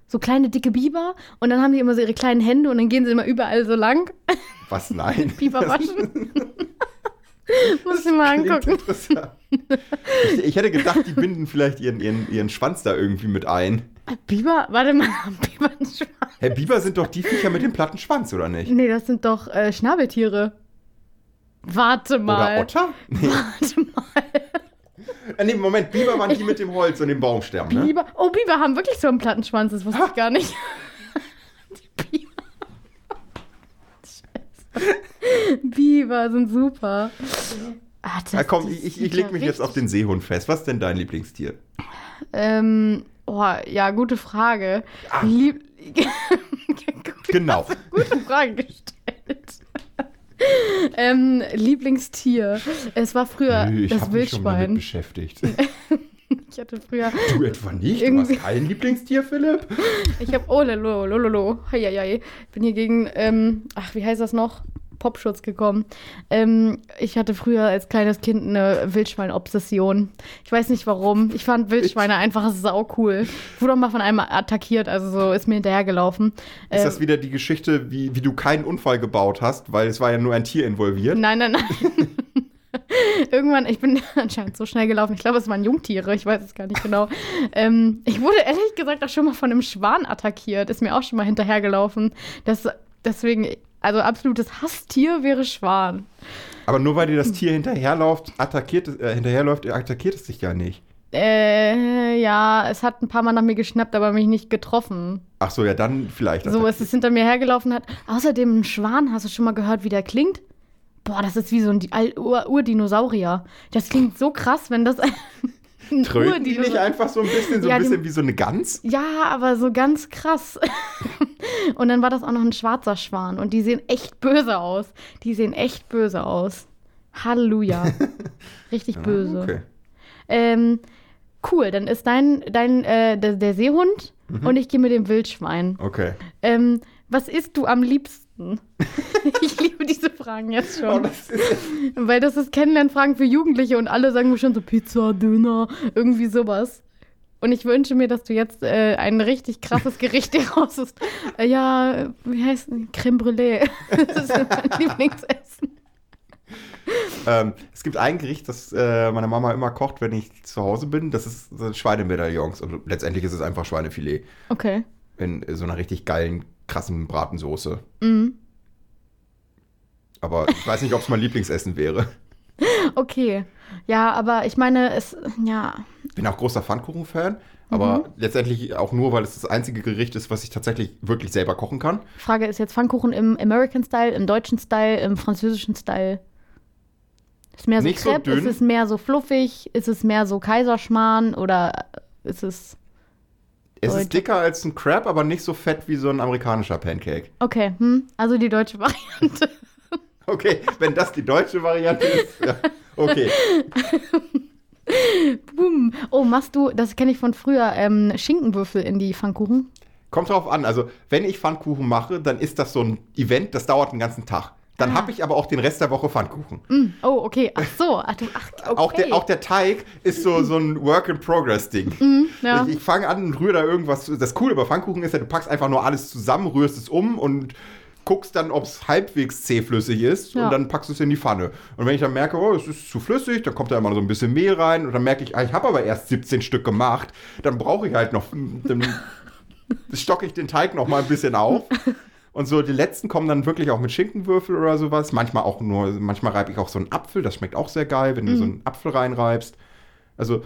[SPEAKER 2] So kleine, dicke Biber. Und dann haben die immer so ihre kleinen Hände und dann gehen sie immer überall so lang.
[SPEAKER 1] Was? Nein.
[SPEAKER 2] Biber waschen. Muss ich mal
[SPEAKER 1] Klingt
[SPEAKER 2] angucken.
[SPEAKER 1] interessant. Ich, ich hätte gedacht, die binden vielleicht ihren, ihren, ihren Schwanz da irgendwie mit ein.
[SPEAKER 2] Biber, warte mal, Biber und Schwan.
[SPEAKER 1] Herr Biber sind doch die Viecher mit dem platten Schwanz, oder nicht?
[SPEAKER 2] Nee, das sind doch äh, Schnabeltiere. Warte mal.
[SPEAKER 1] Oder Otter? Nee.
[SPEAKER 2] Warte mal.
[SPEAKER 1] Äh, nee, Moment, Biber waren die mit dem Holz und dem Baumstamm, ne?
[SPEAKER 2] Biber. Oh, Biber haben wirklich so einen Plattenschwanz, das wusste ich gar nicht. Die Biber. Scheiße. Biber sind super. Ah, das,
[SPEAKER 1] Ah, komm,
[SPEAKER 2] das
[SPEAKER 1] ich, ich,
[SPEAKER 2] sind
[SPEAKER 1] ich leg
[SPEAKER 2] ja
[SPEAKER 1] mich jetzt
[SPEAKER 2] richtig-
[SPEAKER 1] auf den Seehund fest. Was ist denn dein Lieblingstier?
[SPEAKER 2] Ähm, oh, ja, gute Frage.
[SPEAKER 1] Ah.
[SPEAKER 2] Lieb Gut,
[SPEAKER 1] Genau.
[SPEAKER 2] Gute Frage gestellt. ähm, Lieblingstier. Es war früher
[SPEAKER 1] Nö,
[SPEAKER 2] das
[SPEAKER 1] hab mich schon mal mit
[SPEAKER 2] Wildschwein.
[SPEAKER 1] beschäftigt.
[SPEAKER 2] Ich hatte früher.
[SPEAKER 1] Du etwa nicht? Du
[SPEAKER 2] Irgendwie-
[SPEAKER 1] hast kein Lieblingstier, Philipp?
[SPEAKER 2] Ich habe oh lolo lolo heieiei. Bin hier gegen ähm, ach wie heißt das noch Popschutz gekommen. Ähm, ich hatte früher als kleines Kind eine Wildschwein-Obsession. Ich weiß nicht warum. Ich fand Wildschweine einfach saucool. Ich wurde auch mal von einem attackiert, also so ist mir hinterhergelaufen.
[SPEAKER 1] Ist
[SPEAKER 2] Ähm,
[SPEAKER 1] das wieder die Geschichte, wie, wie du keinen Unfall gebaut hast, weil es war ja nur ein Tier involviert?
[SPEAKER 2] Nein, nein, nein. Irgendwann, ich bin anscheinend so schnell gelaufen. Ich glaube, es waren Jungtiere. Ich weiß es gar nicht genau. ähm, ich wurde ehrlich gesagt auch schon mal von einem Schwan attackiert. Ist mir auch schon mal hinterhergelaufen. Das, deswegen, also absolutes Hasstier wäre Schwan.
[SPEAKER 1] Aber nur weil dir das Tier hinterherläuft, attackiert, es- äh, hinterherläuft, attackiert es dich ja nicht.
[SPEAKER 2] Äh, ja, es hat ein paar Mal nach mir geschnappt, aber mich nicht getroffen.
[SPEAKER 1] Ach so, ja, dann vielleicht.
[SPEAKER 2] So,
[SPEAKER 1] attackiert.
[SPEAKER 2] es ist hinter mir hergelaufen hat. Außerdem ein Schwan, hast du schon mal gehört, wie der klingt? Boah, das ist wie so ein Di- Al- Ur- Urdinosaurier. Das klingt so krass, wenn das ein ein
[SPEAKER 1] Tröten die nicht
[SPEAKER 2] Urdinosaurier-
[SPEAKER 1] einfach so ein bisschen, so
[SPEAKER 2] Ja,
[SPEAKER 1] ein
[SPEAKER 2] die-
[SPEAKER 1] bisschen wie so eine Gans?
[SPEAKER 2] Ja, aber so ganz krass. und dann war das auch noch ein schwarzer Schwan und die sehen echt böse aus. Die sehen echt böse aus. Halleluja. Richtig böse.
[SPEAKER 1] Okay.
[SPEAKER 2] Ähm, cool, dann ist dein, dein äh, der, der Seehund
[SPEAKER 1] Mhm.
[SPEAKER 2] und ich gehe mit dem Wildschwein.
[SPEAKER 1] okay.
[SPEAKER 2] Ähm, was isst du am liebsten? ich liebe diese Fragen jetzt
[SPEAKER 1] Oh,
[SPEAKER 2] schon.
[SPEAKER 1] das ist,
[SPEAKER 2] Weil das ist Kennenlernfragen für Jugendliche und alle sagen mir schon so Pizza, Döner, irgendwie sowas. Und ich wünsche mir, dass du jetzt äh, ein richtig krasses Gericht dir raussuchst. Äh, ja, wie heißt denn? Creme Brûlée. das ist mein Lieblingsessen.
[SPEAKER 1] ähm, es gibt ein Gericht, das äh, meine Mama immer kocht, wenn ich zu Hause bin. Das ist so Schweinemedaillons. Und letztendlich ist es einfach Schweinefilet
[SPEAKER 2] Okay.
[SPEAKER 1] in so einer richtig geilen, krassen Bratensoße.
[SPEAKER 2] Mhm.
[SPEAKER 1] Aber ich weiß nicht, ob es mein Lieblingsessen wäre.
[SPEAKER 2] Okay. Ja, aber ich meine, es, ja,
[SPEAKER 1] bin auch großer Pfannkuchen-Fan, aber
[SPEAKER 2] Mhm.
[SPEAKER 1] letztendlich auch nur, weil es das einzige Gericht ist, was ich tatsächlich wirklich selber kochen kann.
[SPEAKER 2] Frage ist jetzt Pfannkuchen im American Style, im deutschen Style, im französischen Style? Ist mehr so
[SPEAKER 1] Nicht so
[SPEAKER 2] Crepe,
[SPEAKER 1] dünn.
[SPEAKER 2] ist es mehr so fluffig, ist es mehr so Kaiserschmarrn oder ist es
[SPEAKER 1] Es
[SPEAKER 2] Deutsch.
[SPEAKER 1] ist dicker als ein Crab, aber nicht so fett wie so ein amerikanischer Pancake.
[SPEAKER 2] Okay, hm? also die deutsche Variante.
[SPEAKER 1] Okay, wenn das die deutsche Variante ist. Ja. Okay.
[SPEAKER 2] Boom. Oh, machst du, das kenne ich von früher, ähm, Schinkenwürfel in die Pfannkuchen?
[SPEAKER 1] Kommt drauf an. Also, wenn ich Pfannkuchen mache, dann ist das so ein Event, das dauert einen ganzen Tag. Dann
[SPEAKER 2] Ah.
[SPEAKER 1] habe ich aber auch den Rest der Woche Pfannkuchen.
[SPEAKER 2] Hm. Oh, okay. Ach so. Ach, du, ach, okay.
[SPEAKER 1] Auch, der, auch der Teig ist so, so ein Work-in-Progress-Ding.
[SPEAKER 2] ja.
[SPEAKER 1] Ich, ich fange an und rühre da irgendwas. zu- Das Coole bei Pfannkuchen ist ja, du packst einfach nur alles zusammen, rührst es um und guckst dann, ob es halbwegs zähflüssig ist
[SPEAKER 2] Ja.
[SPEAKER 1] und dann packst du es in die Pfanne. Und wenn ich dann merke, oh, es ist zu flüssig, dann kommt da immer so ein bisschen Mehl rein und dann merke ich, ah, ich habe aber erst 17 Stück gemacht, dann brauche ich halt noch, dann stocke ich den Teig noch mal ein bisschen auf. Und so die letzten kommen dann wirklich auch mit Schinkenwürfel oder sowas. Manchmal auch nur, manchmal reibe ich auch so einen Apfel, das schmeckt auch sehr geil, wenn du so einen Apfel reinreibst. Also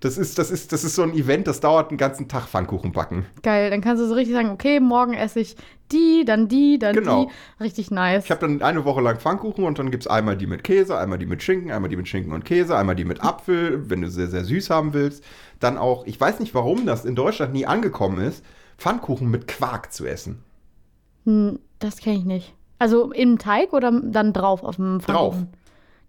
[SPEAKER 1] das ist, das ist, das ist so ein Event, das dauert einen ganzen Tag Pfannkuchen backen.
[SPEAKER 2] Geil, dann kannst du so richtig sagen, okay, morgen esse ich die, dann die, dann
[SPEAKER 1] Genau.
[SPEAKER 2] die. Richtig nice.
[SPEAKER 1] Ich habe dann eine Woche lang Pfannkuchen und dann gibt es einmal die mit Käse, einmal die mit Schinken, einmal die mit Schinken und Käse, einmal die mit Apfel, wenn du sehr, sehr süß haben willst. Dann auch, ich weiß nicht, warum das in Deutschland nie angekommen ist, Pfannkuchen mit Quark zu essen.
[SPEAKER 2] Hm, das kenne ich nicht. Also im Teig oder dann drauf auf dem
[SPEAKER 1] Drauf.
[SPEAKER 2] Pfannkuchen?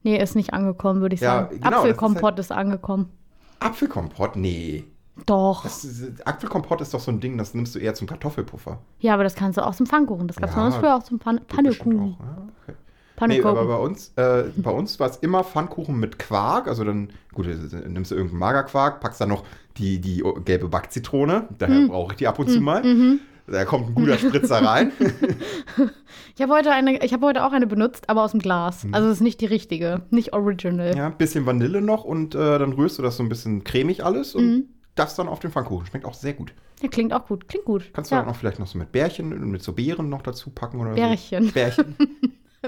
[SPEAKER 2] Nee, ist nicht angekommen, würde ich
[SPEAKER 1] Ja,
[SPEAKER 2] sagen.
[SPEAKER 1] genau, das ist
[SPEAKER 2] Apfelkompott ist, angekommen.
[SPEAKER 1] Apfelkompott? Nee.
[SPEAKER 2] Doch.
[SPEAKER 1] Das ist, Apfelkompott ist doch so ein Ding, das nimmst du eher zum Kartoffelpuffer.
[SPEAKER 2] ja, aber das kannst du auch zum Pfannkuchen. Das gab es
[SPEAKER 1] Ja,
[SPEAKER 2] bei uns früher auch zum Pan Pannekuchen.
[SPEAKER 1] Bestimmt auch, ja, okay. Nee, aber
[SPEAKER 2] Pannekuchen.
[SPEAKER 1] bei uns, äh, bei uns war es immer Pfannkuchen mit Quark. Also dann, gut, äh, nimmst du
[SPEAKER 2] Mhm.
[SPEAKER 1] irgendeinen Magerquark, packst dann noch die, die gelbe Backzitrone. Daher brauche ich die ab und zu mal. Da kommt ein guter Spritzer rein.
[SPEAKER 2] Ich habe heute, eine, ich hab heute auch eine benutzt, aber aus dem Glas. Also es ist nicht die richtige, nicht original.
[SPEAKER 1] Mhm. Ja, ein bisschen Vanille noch und äh, dann rührst du das so ein bisschen cremig alles und
[SPEAKER 2] Mhm.
[SPEAKER 1] das dann auf den Pfannkuchen. Schmeckt auch sehr gut.
[SPEAKER 2] Ja, klingt auch gut, klingt gut.
[SPEAKER 1] Kannst du
[SPEAKER 2] ja.
[SPEAKER 1] dann auch vielleicht noch so mit Bärchen und mit so Beeren noch dazu packen oder so.
[SPEAKER 2] Bärchen.
[SPEAKER 1] Bärchen.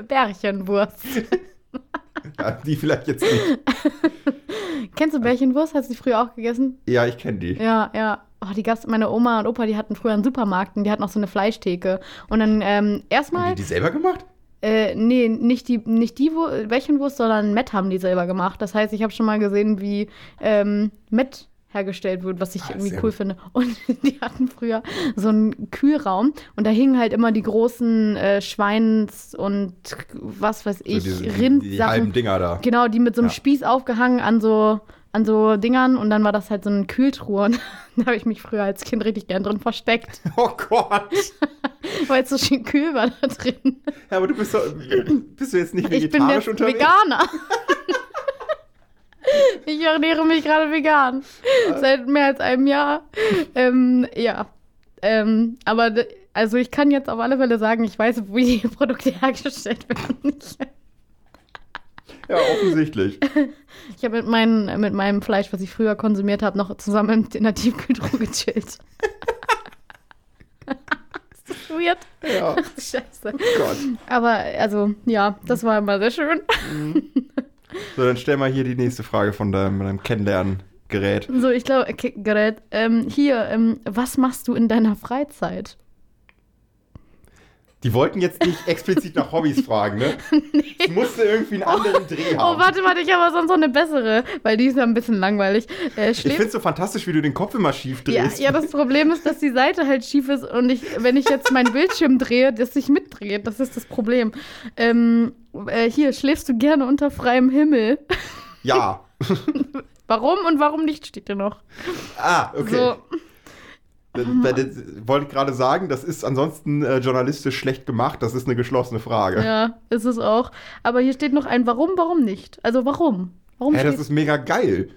[SPEAKER 2] Bärchenwurst.
[SPEAKER 1] ja, die vielleicht jetzt nicht.
[SPEAKER 2] Kennst du Bärchenwurst? Hast du die früher auch gegessen?
[SPEAKER 1] Ja, ich kenne die.
[SPEAKER 2] Ja, ja. Oh, die gab's, meine Oma und Opa, die hatten früher einen Supermarkt und die hatten auch so eine Fleischtheke. Und dann ähm,
[SPEAKER 1] Haben die
[SPEAKER 2] erstmal,
[SPEAKER 1] die selber gemacht?
[SPEAKER 2] äh, nee, nicht die, nicht die Wur- Bärchenwurst, sondern Met haben die selber gemacht. Das heißt, ich habe schon mal gesehen, wie ähm, Met hergestellt wird, was ich
[SPEAKER 1] Ah,
[SPEAKER 2] irgendwie
[SPEAKER 1] sehr
[SPEAKER 2] cool
[SPEAKER 1] gut.
[SPEAKER 2] finde. Und die hatten früher so einen Kühlraum und da hingen halt immer die großen äh, Schweins und was weiß ich,
[SPEAKER 1] diese- die, die
[SPEAKER 2] Rindsachen.
[SPEAKER 1] halben Dinger da.
[SPEAKER 2] Genau, die mit so einem
[SPEAKER 1] Ja.
[SPEAKER 2] Spieß aufgehangen an so, an so Dingern und dann war das halt so ein Kühltruhe. Und da habe ich mich früher als Kind richtig gern drin versteckt,
[SPEAKER 1] Oh Gott.
[SPEAKER 2] weil es so schön kühl war da drin.
[SPEAKER 1] Ja, aber du bist doch, bist du jetzt nicht
[SPEAKER 2] Ich bin
[SPEAKER 1] vegetarisch
[SPEAKER 2] jetzt
[SPEAKER 1] unterwegs?
[SPEAKER 2] Veganer. Ich ernähre mich gerade vegan. Seit mehr als einem Jahr. Ähm, ja. Ähm, aber d- also ich kann jetzt auf alle Fälle sagen, ich weiß, wie die Produkte hergestellt werden. Ich
[SPEAKER 1] Ja, offensichtlich.
[SPEAKER 2] Ich habe mit, meinen- mit meinem Fleisch, was ich früher konsumiert habe, noch zusammen in der Tiefkühltruhe gechillt. ist das weird?
[SPEAKER 1] Ja,
[SPEAKER 2] Ach, Scheiße.
[SPEAKER 1] Gott.
[SPEAKER 2] Aber also, ja, das war immer sehr schön.
[SPEAKER 1] So, dann stell mal hier die nächste Frage von deinem, deinem Kennenlerngerät.
[SPEAKER 2] So, ich glaube, okay, Gerät, ähm, hier, ähm, was machst du in deiner Freizeit?
[SPEAKER 1] Die wollten jetzt nicht explizit nach Hobbys fragen, ne? Es musste irgendwie einen anderen Dreh
[SPEAKER 2] Oh,
[SPEAKER 1] haben.
[SPEAKER 2] warte, warte, ich habe sonst noch eine bessere, weil die ist ja ein bisschen langweilig. Äh,
[SPEAKER 1] ich
[SPEAKER 2] schläfst
[SPEAKER 1] find's so fantastisch, wie du den Kopf immer schief
[SPEAKER 2] ja,
[SPEAKER 1] drehst.
[SPEAKER 2] ja, das Problem ist, dass die Seite halt schief ist und ich, wenn ich jetzt meinen Bildschirm drehe, das sich mitdreht. Das ist das Problem. Ähm, äh, hier, schläfst du gerne unter freiem Himmel?
[SPEAKER 1] Ja.
[SPEAKER 2] Warum und warum nicht, steht dir noch.
[SPEAKER 1] Ah, okay.
[SPEAKER 2] So,
[SPEAKER 1] Das- das- das- Wollte ich gerade sagen, das ist ansonsten äh, journalistisch schlecht gemacht. Das ist eine geschlossene Frage.
[SPEAKER 2] ja, ist es auch. Aber hier steht noch ein Warum, warum nicht. Also warum? Warum
[SPEAKER 1] Hä, das
[SPEAKER 2] steht-
[SPEAKER 1] ist mega geil.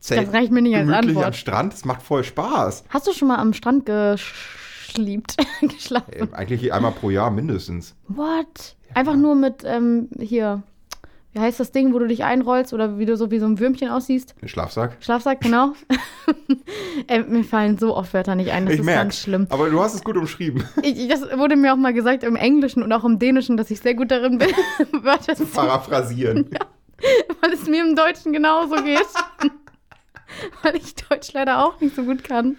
[SPEAKER 1] Zelt
[SPEAKER 2] Das reicht mir nicht als
[SPEAKER 1] gemütlich am
[SPEAKER 2] Antwort.
[SPEAKER 1] Strand, das macht voll Spaß.
[SPEAKER 2] Hast du schon mal am Strand geschliebt, geschlafen?
[SPEAKER 1] Äh, eigentlich einmal pro Jahr mindestens.
[SPEAKER 2] What? Einfach nur mit, ähm, hier, wie heißt das Ding, wo du dich einrollst oder wie du so wie so ein Würmchen aussiehst?
[SPEAKER 1] Ein Schlafsack.
[SPEAKER 2] Schlafsack, genau. Ey, mir fallen so oft Wörter nicht ein, das
[SPEAKER 1] ich
[SPEAKER 2] ist
[SPEAKER 1] merke.
[SPEAKER 2] ganz schlimm.
[SPEAKER 1] Aber du hast es gut umschrieben.
[SPEAKER 2] Ich, ich- das wurde mir auch mal gesagt im Englischen und auch im Dänischen, dass ich sehr gut darin bin, Wörter zu
[SPEAKER 1] Paraphrasieren.
[SPEAKER 2] weil es mir im Deutschen genauso geht. weil ich Deutsch leider auch nicht so gut kann.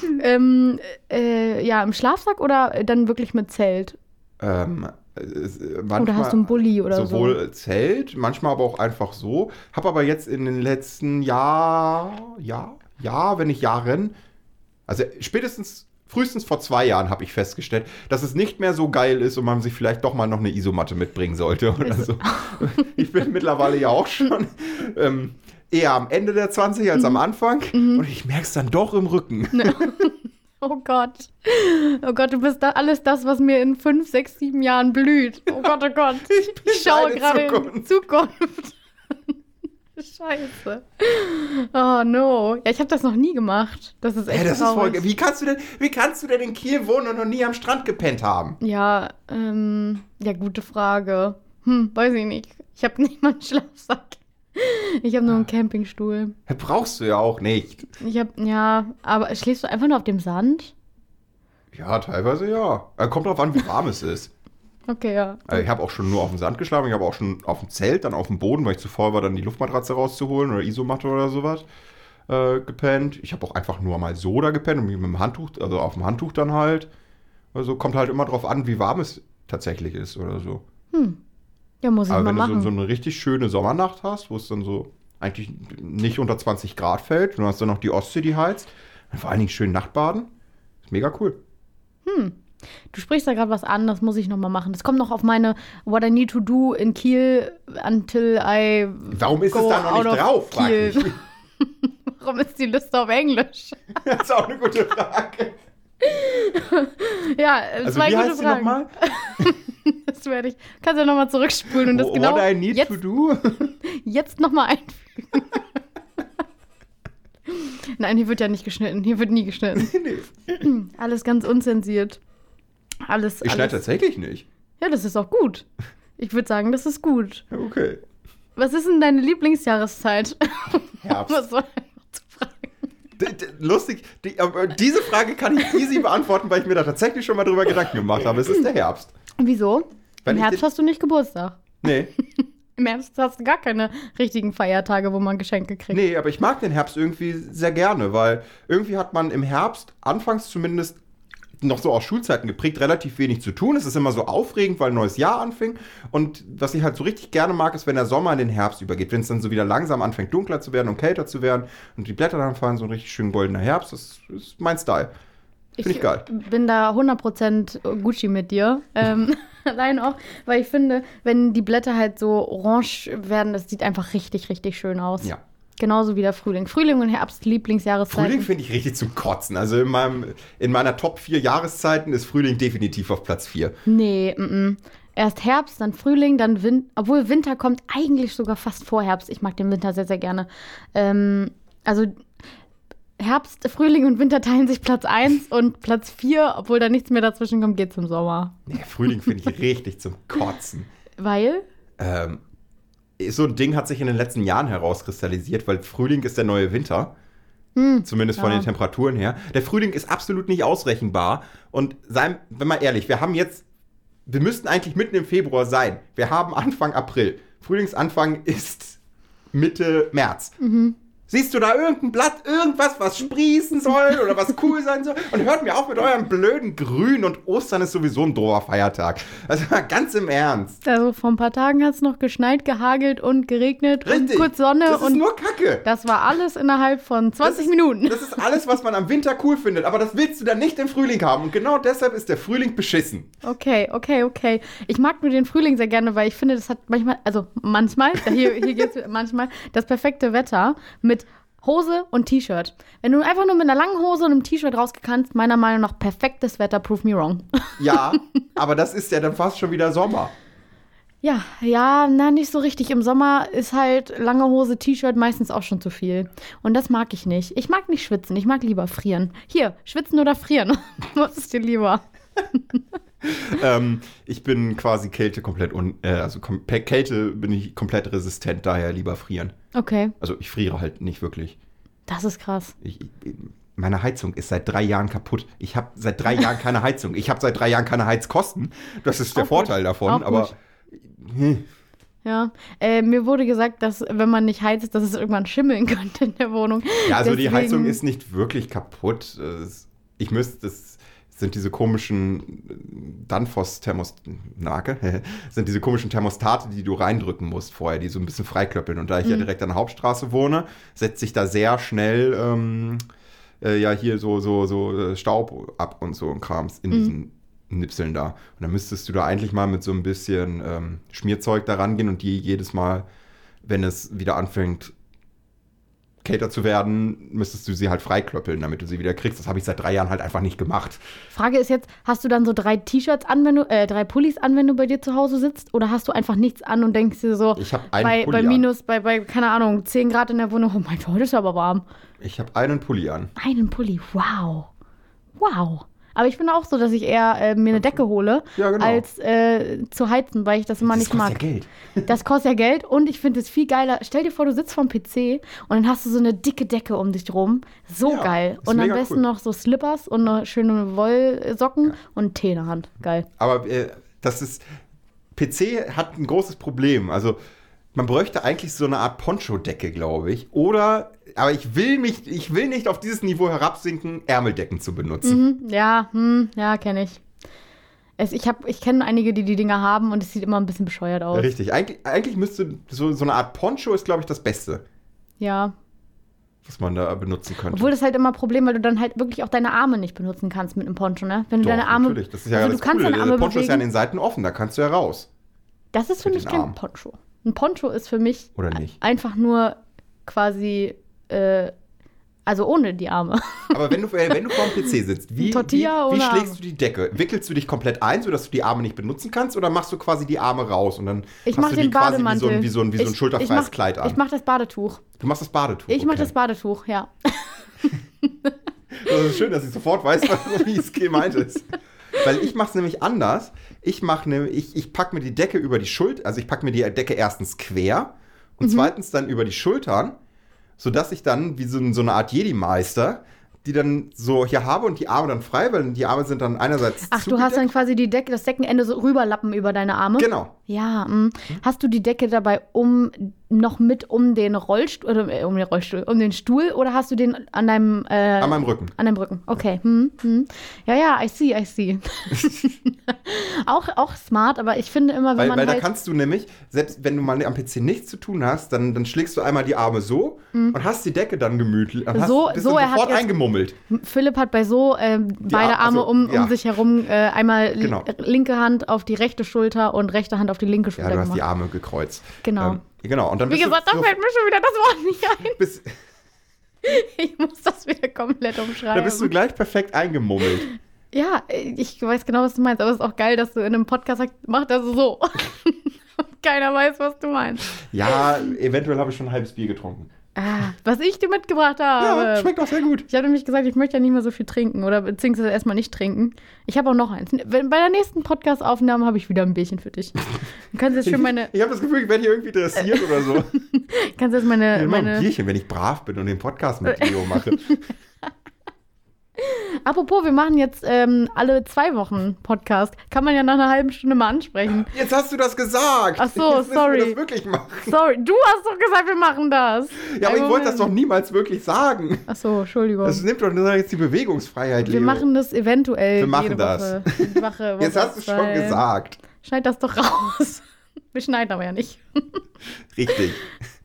[SPEAKER 1] Hm.
[SPEAKER 2] Ähm, äh, ja, im Schlafsack oder dann wirklich mit Zelt?
[SPEAKER 1] Ähm, es- äh, manchmal,
[SPEAKER 2] oder Oh, hast du einen Bulli oder so?
[SPEAKER 1] Sowohl Zelt, manchmal aber auch einfach so. Hab aber jetzt in den letzten Jahr, Jahr, Jahr, wenn nicht Jahren, also spätestens, frühestens vor zwei Jahren habe ich festgestellt, dass es nicht mehr so geil ist und man sich vielleicht doch mal noch eine Isomatte mitbringen sollte oder so. ich bin mittlerweile ja auch schon ähm, eher am Ende der 20 als
[SPEAKER 2] Mhm.
[SPEAKER 1] am Anfang und ich merke es dann doch im Rücken.
[SPEAKER 2] Oh Gott. Oh Gott, du bist da alles das, was mir in fünf, sechs, sieben Jahren blüht. Oh Gott, oh Gott. Ich, schaue
[SPEAKER 1] deine
[SPEAKER 2] gerade in Zukunft. Scheiße. Oh no. Ja, ich habe das noch nie gemacht. Das ist echt
[SPEAKER 1] Hä, das ist
[SPEAKER 2] traurig.
[SPEAKER 1] voll, ge- wie kannst du denn, wie kannst du denn in Kiel wohnen und noch nie am Strand gepennt haben?
[SPEAKER 2] Ja, ähm, ja, gute Frage. Hm, weiß ich nicht. Ich habe nicht mal einen Schlafsack. Ich habe nur
[SPEAKER 1] Ah.
[SPEAKER 2] einen Campingstuhl.
[SPEAKER 1] Hä, Brauchst du ja auch nicht.
[SPEAKER 2] Ich habe, ja, aber schläfst du einfach nur auf dem Sand?
[SPEAKER 1] Ja, teilweise ja. Äh, Kommt drauf an, wie warm es ist.
[SPEAKER 2] Okay, ja.
[SPEAKER 1] Also ich habe auch schon nur auf dem Sand geschlafen, ich habe auch schon auf dem Zelt, dann auf dem Boden, weil ich zu faul war, dann die Luftmatratze rauszuholen oder Isomatte oder sowas äh, gepennt. Ich habe auch einfach nur mal so da gepennt und mich mit dem Handtuch, also auf dem Handtuch dann halt. Also kommt halt immer drauf an, wie warm es tatsächlich ist oder so.
[SPEAKER 2] Ja, muss ich
[SPEAKER 1] Aber
[SPEAKER 2] mal
[SPEAKER 1] wenn du so,
[SPEAKER 2] machen.
[SPEAKER 1] so eine richtig schöne Sommernacht hast, wo es dann so eigentlich nicht unter 20 Grad fällt, und du hast dann noch die Ostsee, die heizt, und vor allen Dingen schön Nachtbaden, ist mega cool.
[SPEAKER 2] du sprichst da gerade was an, das muss ich nochmal machen. Das kommt noch auf meine What I Need to Do in Kiel until I.
[SPEAKER 1] Warum ist es
[SPEAKER 2] Go
[SPEAKER 1] da noch
[SPEAKER 2] out
[SPEAKER 1] nicht
[SPEAKER 2] of
[SPEAKER 1] drauf? Frag
[SPEAKER 2] Kiel.
[SPEAKER 1] mich.
[SPEAKER 2] Warum ist die Liste auf Englisch?
[SPEAKER 1] Das ist auch eine gute Frage.
[SPEAKER 2] Ja, äh,
[SPEAKER 1] Also
[SPEAKER 2] zwei
[SPEAKER 1] wie
[SPEAKER 2] gute
[SPEAKER 1] heißt die
[SPEAKER 2] Fragen.
[SPEAKER 1] nochmal?
[SPEAKER 2] Das werde ich. Kannst ja nochmal zurückspulen und das genau
[SPEAKER 1] What I need
[SPEAKER 2] jetzt
[SPEAKER 1] to do?
[SPEAKER 2] jetzt nochmal einfügen. Nein, hier wird ja nicht geschnitten. Hier wird nie geschnitten.
[SPEAKER 1] nee.
[SPEAKER 2] Alles ganz unzensiert. Alles.
[SPEAKER 1] Ich schneide
[SPEAKER 2] alles.
[SPEAKER 1] tatsächlich nicht.
[SPEAKER 2] Ja, das ist auch gut. Ich würde sagen, das ist gut.
[SPEAKER 1] Okay.
[SPEAKER 2] Was ist denn deine Lieblingsjahreszeit?
[SPEAKER 1] Herbst.
[SPEAKER 2] Was soll ich noch zu fragen?
[SPEAKER 1] D- d- Lustig, die, aber diese Frage kann ich easy beantworten, weil ich mir da tatsächlich schon mal drüber Gedanken gemacht habe. Es ist der Herbst.
[SPEAKER 2] Wieso?
[SPEAKER 1] Weil
[SPEAKER 2] Im
[SPEAKER 1] ich
[SPEAKER 2] Herbst
[SPEAKER 1] den-
[SPEAKER 2] hast du nicht Geburtstag.
[SPEAKER 1] Nee,
[SPEAKER 2] Im Herbst hast du gar keine richtigen Feiertage, wo man Geschenke kriegt.
[SPEAKER 1] nee, aber ich mag den Herbst irgendwie sehr gerne, weil irgendwie hat man im Herbst, anfangs zumindest noch so aus Schulzeiten geprägt, relativ wenig zu tun. Es ist immer so aufregend, weil ein neues Jahr anfing. Und was ich halt so richtig gerne mag, ist, wenn der Sommer in den Herbst übergeht, wenn es dann so wieder langsam anfängt, dunkler zu werden und kälter zu werden und die Blätter dann fallen, so ein richtig schön goldener Herbst. Das ist mein Style. Finde ich geil.
[SPEAKER 2] bin da 100% Gucci mit dir. Ähm, allein auch, weil ich finde, wenn die Blätter halt so orange werden, das sieht einfach richtig, richtig schön aus.
[SPEAKER 1] Ja.
[SPEAKER 2] Genauso wie der Frühling. Frühling und Herbst, Lieblingsjahreszeit.
[SPEAKER 1] Frühling finde ich richtig zum Kotzen. Also in, meinem, in meiner Top 4 Jahreszeiten ist Frühling definitiv auf Platz 4.
[SPEAKER 2] Nee, mm, mm. erst Herbst, dann Frühling, dann Winter. Obwohl Winter kommt eigentlich sogar fast vor Herbst. Ich mag den Winter sehr, sehr gerne. Ähm, also Herbst, Frühling und Winter teilen sich Platz 1 und Platz 4. Obwohl da nichts mehr dazwischen kommt, geht's im Sommer.
[SPEAKER 1] Nee, Frühling finde ich richtig zum Kotzen.
[SPEAKER 2] Weil?
[SPEAKER 1] Ähm, so ein Ding hat sich in den letzten Jahren herauskristallisiert, weil Frühling ist der neue Winter. Zumindest von
[SPEAKER 2] ja.
[SPEAKER 1] den Temperaturen her. Der Frühling ist absolut nicht ausrechenbar. Und seien, wenn mal ehrlich, wir haben jetzt, wir müssten eigentlich mitten im Februar sein. Wir haben Anfang April. Frühlingsanfang ist Mitte März. Siehst du da irgendein Blatt, irgendwas, was sprießen soll oder was cool sein soll? Und hört mir auf mit eurem blöden Grün und Ostern ist sowieso ein droher Feiertag. Also mal ganz im Ernst.
[SPEAKER 2] Also vor ein paar Tagen hat es noch geschneit, gehagelt und geregnet
[SPEAKER 1] Richtig.
[SPEAKER 2] und kurz Sonne
[SPEAKER 1] das ist
[SPEAKER 2] und
[SPEAKER 1] nur Kacke.
[SPEAKER 2] das war alles innerhalb von 20
[SPEAKER 1] Das ist-
[SPEAKER 2] Minuten.
[SPEAKER 1] Das ist alles, was man am Winter cool findet, aber das willst du dann nicht im Frühling haben. Und genau deshalb ist der Frühling beschissen.
[SPEAKER 2] Okay, okay, okay. Ich mag nur den Frühling sehr gerne, weil ich finde, das hat manchmal, also manchmal, hier, hier geht es manchmal, das perfekte Wetter mit Hose und T-Shirt. Wenn du einfach nur mit einer langen Hose und einem T-Shirt rausgekannst, meiner Meinung nach perfektes Wetter, prove me wrong.
[SPEAKER 1] Ja, aber das ist ja dann fast schon wieder Sommer.
[SPEAKER 2] Ja, ja, na, nicht so richtig. Im Sommer ist halt lange Hose, T-Shirt meistens auch schon zu viel. Und das mag ich nicht. Ich mag nicht schwitzen, ich mag lieber frieren. Hier, schwitzen oder frieren? Was ist dir lieber?
[SPEAKER 1] ähm, ich bin quasi Kälte komplett un äh, also kom per Kälte bin ich komplett resistent, daher lieber frieren.
[SPEAKER 2] Okay,
[SPEAKER 1] Also ich friere halt nicht wirklich.
[SPEAKER 2] das ist krass.
[SPEAKER 1] Ich, ich, meine Heizung ist seit drei Jahren kaputt. Ich habe seit drei Jahren keine Heizung. Ich habe seit drei Jahren keine Heizkosten. Das ist der
[SPEAKER 2] Auch gut.
[SPEAKER 1] Vorteil davon.
[SPEAKER 2] Auch
[SPEAKER 1] aber
[SPEAKER 2] gut. Ja, äh, mir wurde gesagt, dass wenn man nicht heizt, dass es irgendwann schimmeln könnte in der Wohnung.
[SPEAKER 1] Ja, also die
[SPEAKER 2] Deswegen-
[SPEAKER 1] Heizung ist nicht wirklich kaputt. Es- Ich müsste, das sind diese komischen Danfoss-Thermostate, sind diese komischen Thermostate, die du reindrücken musst vorher, die so ein bisschen freiklöppeln. Und da ich ja direkt an der Hauptstraße wohne, setzt sich da sehr schnell ähm, äh, ja hier so, so, so äh, Staub ab und so ein Krams in diesen Nipseln da. Und dann müsstest du da eigentlich mal mit so ein bisschen ähm, Schmierzeug da rangehen und die jedes Mal, wenn es wieder anfängt, Cater zu werden, müsstest du sie halt freiklöppeln, damit du sie wieder kriegst. Das habe ich seit drei Jahren halt einfach nicht gemacht.
[SPEAKER 2] Frage ist jetzt, hast du dann so drei T-Shirts an, wenn du, äh, drei Pullis an, wenn du bei dir zu Hause sitzt? Oder hast du einfach nichts an und denkst dir so,
[SPEAKER 1] Ich habe einen
[SPEAKER 2] bei,
[SPEAKER 1] Pulli
[SPEAKER 2] bei minus, bei, bei, keine Ahnung, 10 Grad in der Wohnung, oh mein Gott, heute ist aber warm.
[SPEAKER 1] an. Ich habe einen Pulli an.
[SPEAKER 2] Einen Pulli, wow. Wow. Aber ich bin auch so, dass ich eher äh, mir eine Decke hole,
[SPEAKER 1] Ja, genau.
[SPEAKER 2] als äh, zu heizen, weil ich das immer nicht mag.
[SPEAKER 1] ja Geld.
[SPEAKER 2] Das kostet ja Geld und ich finde es viel geiler. Stell dir vor, du sitzt vorm PC und dann hast du so eine dicke Decke um dich rum. So
[SPEAKER 1] Ja,
[SPEAKER 2] geil.
[SPEAKER 1] ist
[SPEAKER 2] Und am
[SPEAKER 1] mega
[SPEAKER 2] besten
[SPEAKER 1] cool.
[SPEAKER 2] noch so Slippers und eine schöne Wollsocken und einen Tee in der Hand. Geil.
[SPEAKER 1] Aber äh, das ist. PC hat ein großes Problem. Also, man bräuchte eigentlich so eine Art Poncho-Decke, glaube ich. Oder. Aber ich will mich, ich will nicht auf dieses Niveau herabsinken, Ärmeldecken zu benutzen.
[SPEAKER 2] Hm, ja, hm, ja, kenne ich. Es, ich hab- ich kenne einige, die die Dinger haben und es sieht immer ein bisschen bescheuert aus.
[SPEAKER 1] Richtig. Eigentlich, eigentlich müsste so, so eine Art Poncho ist, glaube ich, das Beste,
[SPEAKER 2] Ja.
[SPEAKER 1] was man da benutzen könnte.
[SPEAKER 2] Obwohl das ist halt immer ein Problem, weil du dann halt wirklich auch deine Arme nicht benutzen kannst mit einem Poncho, ne? Wenn du
[SPEAKER 1] Doch,
[SPEAKER 2] deine Arme.
[SPEAKER 1] Natürlich. Das ist ja
[SPEAKER 2] also
[SPEAKER 1] das
[SPEAKER 2] du kannst
[SPEAKER 1] Coole.
[SPEAKER 2] deine
[SPEAKER 1] Der
[SPEAKER 2] Arme
[SPEAKER 1] Poncho ist ja an
[SPEAKER 2] bewegen.
[SPEAKER 1] den Seiten offen, da kannst du ja raus.
[SPEAKER 2] Das ist für
[SPEAKER 1] mit
[SPEAKER 2] mich
[SPEAKER 1] den
[SPEAKER 2] kein
[SPEAKER 1] Armen.
[SPEAKER 2] Poncho. Ein Poncho ist für mich
[SPEAKER 1] Oder
[SPEAKER 2] e-
[SPEAKER 1] nicht?
[SPEAKER 2] einfach nur quasi, äh, also ohne die Arme.
[SPEAKER 1] Aber wenn du, äh, wenn du vor dem PC sitzt, wie,
[SPEAKER 2] Tortilla
[SPEAKER 1] wie, wie
[SPEAKER 2] ohne
[SPEAKER 1] schlägst
[SPEAKER 2] Arme.
[SPEAKER 1] du die Decke? Wickelst du dich komplett ein, sodass du die Arme nicht benutzen kannst? Oder machst du quasi die Arme raus und dann
[SPEAKER 2] Ich
[SPEAKER 1] hast
[SPEAKER 2] mach
[SPEAKER 1] du die
[SPEAKER 2] den
[SPEAKER 1] quasi wie so
[SPEAKER 2] Bademantel.
[SPEAKER 1] ein, wie so ein, wie so ein
[SPEAKER 2] Ich-
[SPEAKER 1] schulterfreies
[SPEAKER 2] ich mach,
[SPEAKER 1] Kleid an?
[SPEAKER 2] Ich mach das Badetuch.
[SPEAKER 1] du machst das Badetuch.
[SPEAKER 2] Ich mach
[SPEAKER 1] okay.
[SPEAKER 2] das Badetuch, ja.
[SPEAKER 1] Das ist schön, dass ich sofort weiß, was- wie es gemeint ist. Weil ich mache es nämlich anders. Ich mache ne, ich, ich packe mir die Decke über die Schulter, also ich packe mir die Decke erstens quer
[SPEAKER 2] Mhm.
[SPEAKER 1] und zweitens dann über die Schultern, sodass ich dann wie so, ein- so eine Art Jedi-Meister die dann so hier habe und die Arme dann frei, weil die Arme sind dann einerseits
[SPEAKER 2] Ach, du hast dann
[SPEAKER 1] zugedeckt.
[SPEAKER 2] quasi die Decke, das Deckenende so rüberlappen über deine Arme.
[SPEAKER 1] Genau.
[SPEAKER 2] Ja, mm. hast du die Decke dabei um noch mit um den Rollstuhl oder äh, um den Rollstuhl, um den Stuhl oder hast du den an deinem äh,
[SPEAKER 1] An meinem Rücken.
[SPEAKER 2] an deinem Rücken? Okay. Hm, hm. Ja, ja, I see, I see. auch auch smart, aber ich finde immer, wenn
[SPEAKER 1] Weil,
[SPEAKER 2] man
[SPEAKER 1] weil da
[SPEAKER 2] halt
[SPEAKER 1] kannst du nämlich, selbst wenn du mal am PC nichts zu tun hast, dann, dann schlägst du einmal die Arme so und hast die Decke dann gemütlich. Und hast,
[SPEAKER 2] Mhm. So-
[SPEAKER 1] bist
[SPEAKER 2] so,
[SPEAKER 1] dann
[SPEAKER 2] er hat
[SPEAKER 1] sofort
[SPEAKER 2] jetzt-
[SPEAKER 1] eingemummelt.
[SPEAKER 2] Philipp hat bei so ähm, beide
[SPEAKER 1] Ar-
[SPEAKER 2] Arme
[SPEAKER 1] also,
[SPEAKER 2] um, um
[SPEAKER 1] ja.
[SPEAKER 2] sich herum äh, einmal li-
[SPEAKER 1] Genau.
[SPEAKER 2] linke Hand auf die rechte Schulter und rechte Hand auf die linke
[SPEAKER 1] Ja,
[SPEAKER 2] Schulter
[SPEAKER 1] du hast
[SPEAKER 2] gemacht.
[SPEAKER 1] die Arme gekreuzt.
[SPEAKER 2] Genau.
[SPEAKER 1] Ähm, genau. Und dann
[SPEAKER 2] Wie
[SPEAKER 1] bist
[SPEAKER 2] gesagt, da
[SPEAKER 1] du, so,
[SPEAKER 2] fällt mir schon wieder das Wort nicht ein.
[SPEAKER 1] bist,
[SPEAKER 2] Ich muss das wieder komplett umschreiben.
[SPEAKER 1] da bist du gleich perfekt eingemummelt.
[SPEAKER 2] Ja, ich weiß genau, was du meinst, aber es ist auch geil, dass du in einem Podcast sagst, mach das so. Und Keiner weiß, was du meinst.
[SPEAKER 1] Ja, eventuell habe ich schon ein halbes Bier getrunken.
[SPEAKER 2] Ah, was ich dir mitgebracht
[SPEAKER 1] Ja,
[SPEAKER 2] habe.
[SPEAKER 1] schmeckt auch sehr gut.
[SPEAKER 2] ich habe nämlich gesagt, ich möchte ja nicht mehr so viel trinken oder beziehungsweise erstmal nicht trinken. Ich habe auch noch eins. Wenn, bei der nächsten Podcast-Aufnahme habe ich wieder ein Bierchen für dich. Du kannst jetzt
[SPEAKER 1] Ich,
[SPEAKER 2] schon meine,
[SPEAKER 1] ich habe das Gefühl, ich werde hier irgendwie dressiert oder so.
[SPEAKER 2] kannst jetzt meine,
[SPEAKER 1] Ich mache ein
[SPEAKER 2] meine
[SPEAKER 1] Bierchen, wenn ich brav bin und den Podcast mit Leo mache.
[SPEAKER 2] Apropos, wir machen jetzt ähm, alle zwei Wochen Podcast. Kann man ja nach einer halben Stunde mal ansprechen.
[SPEAKER 1] Jetzt hast du das gesagt.
[SPEAKER 2] Ach so,
[SPEAKER 1] Jetzt müssen wir
[SPEAKER 2] sorry.
[SPEAKER 1] das wirklich machen.
[SPEAKER 2] Sorry, du hast doch gesagt, wir machen das.
[SPEAKER 1] Ja, aber
[SPEAKER 2] Einen
[SPEAKER 1] ich wollte das doch
[SPEAKER 2] Äh, Moment.
[SPEAKER 1] niemals wirklich sagen.
[SPEAKER 2] Ach so, Entschuldigung.
[SPEAKER 1] Das nimmt doch nur jetzt die Bewegungsfreiheit, Leo.
[SPEAKER 2] Wir machen das eventuell.
[SPEAKER 1] Wir machen
[SPEAKER 2] jede
[SPEAKER 1] das.
[SPEAKER 2] Woche. Jede Woche,
[SPEAKER 1] jetzt hast du es schon
[SPEAKER 2] weil-
[SPEAKER 1] gesagt.
[SPEAKER 2] Schneid das doch raus. Wir schneiden aber ja nicht.
[SPEAKER 1] Richtig.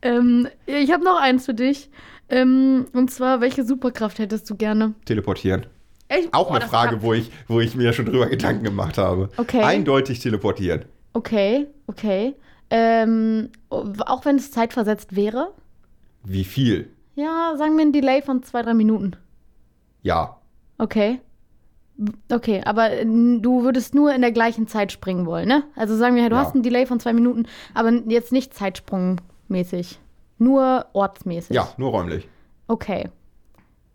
[SPEAKER 2] Ähm, ich habe noch eins für dich. Ähm, und zwar, welche Superkraft hättest du gerne?
[SPEAKER 1] Teleportieren.
[SPEAKER 2] Echt?
[SPEAKER 1] Auch
[SPEAKER 2] Boah,
[SPEAKER 1] eine
[SPEAKER 2] das
[SPEAKER 1] Frage,
[SPEAKER 2] kann-
[SPEAKER 1] wo ich, wo ich mir schon drüber Gedanken gemacht habe.
[SPEAKER 2] Okay.
[SPEAKER 1] Eindeutig teleportieren.
[SPEAKER 2] Okay, okay. Ähm, auch wenn es zeitversetzt wäre?
[SPEAKER 1] Wie viel?
[SPEAKER 2] Ja, sagen wir ein Delay von zwei, drei Minuten.
[SPEAKER 1] Ja.
[SPEAKER 2] Okay. Okay, aber äh, du würdest nur in der gleichen Zeit springen wollen, ne? Also sagen wir, du
[SPEAKER 1] Ja.
[SPEAKER 2] hast einen Delay von zwei Minuten, aber jetzt nicht zeitsprungmäßig. Nur ortsmäßig.
[SPEAKER 1] Ja, nur räumlich.
[SPEAKER 2] Okay.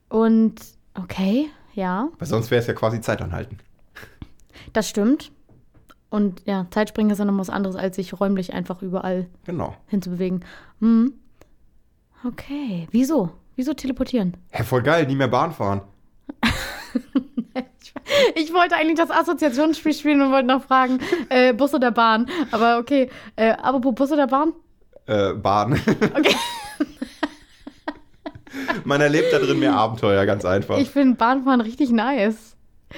[SPEAKER 2] Und okay, ja,
[SPEAKER 1] Weil sonst wäre es ja quasi Zeit anhalten.
[SPEAKER 2] das stimmt. Und ja, Zeitspringen ist ja noch was anderes, als sich räumlich einfach überall
[SPEAKER 1] Genau.
[SPEAKER 2] hinzubewegen. Hm. Okay. Wieso? Wieso teleportieren?
[SPEAKER 1] Hä, voll geil, nie mehr Bahn fahren.
[SPEAKER 2] Ich wollte eigentlich das Assoziationsspiel spielen und wollte noch fragen, äh, Bus oder Bahn. Aber okay, äh, apropos Bus oder Bahn?
[SPEAKER 1] Äh, Bahn. Man erlebt da drin mehr Abenteuer, ganz einfach.
[SPEAKER 2] Ich finde Bahnfahren richtig nice.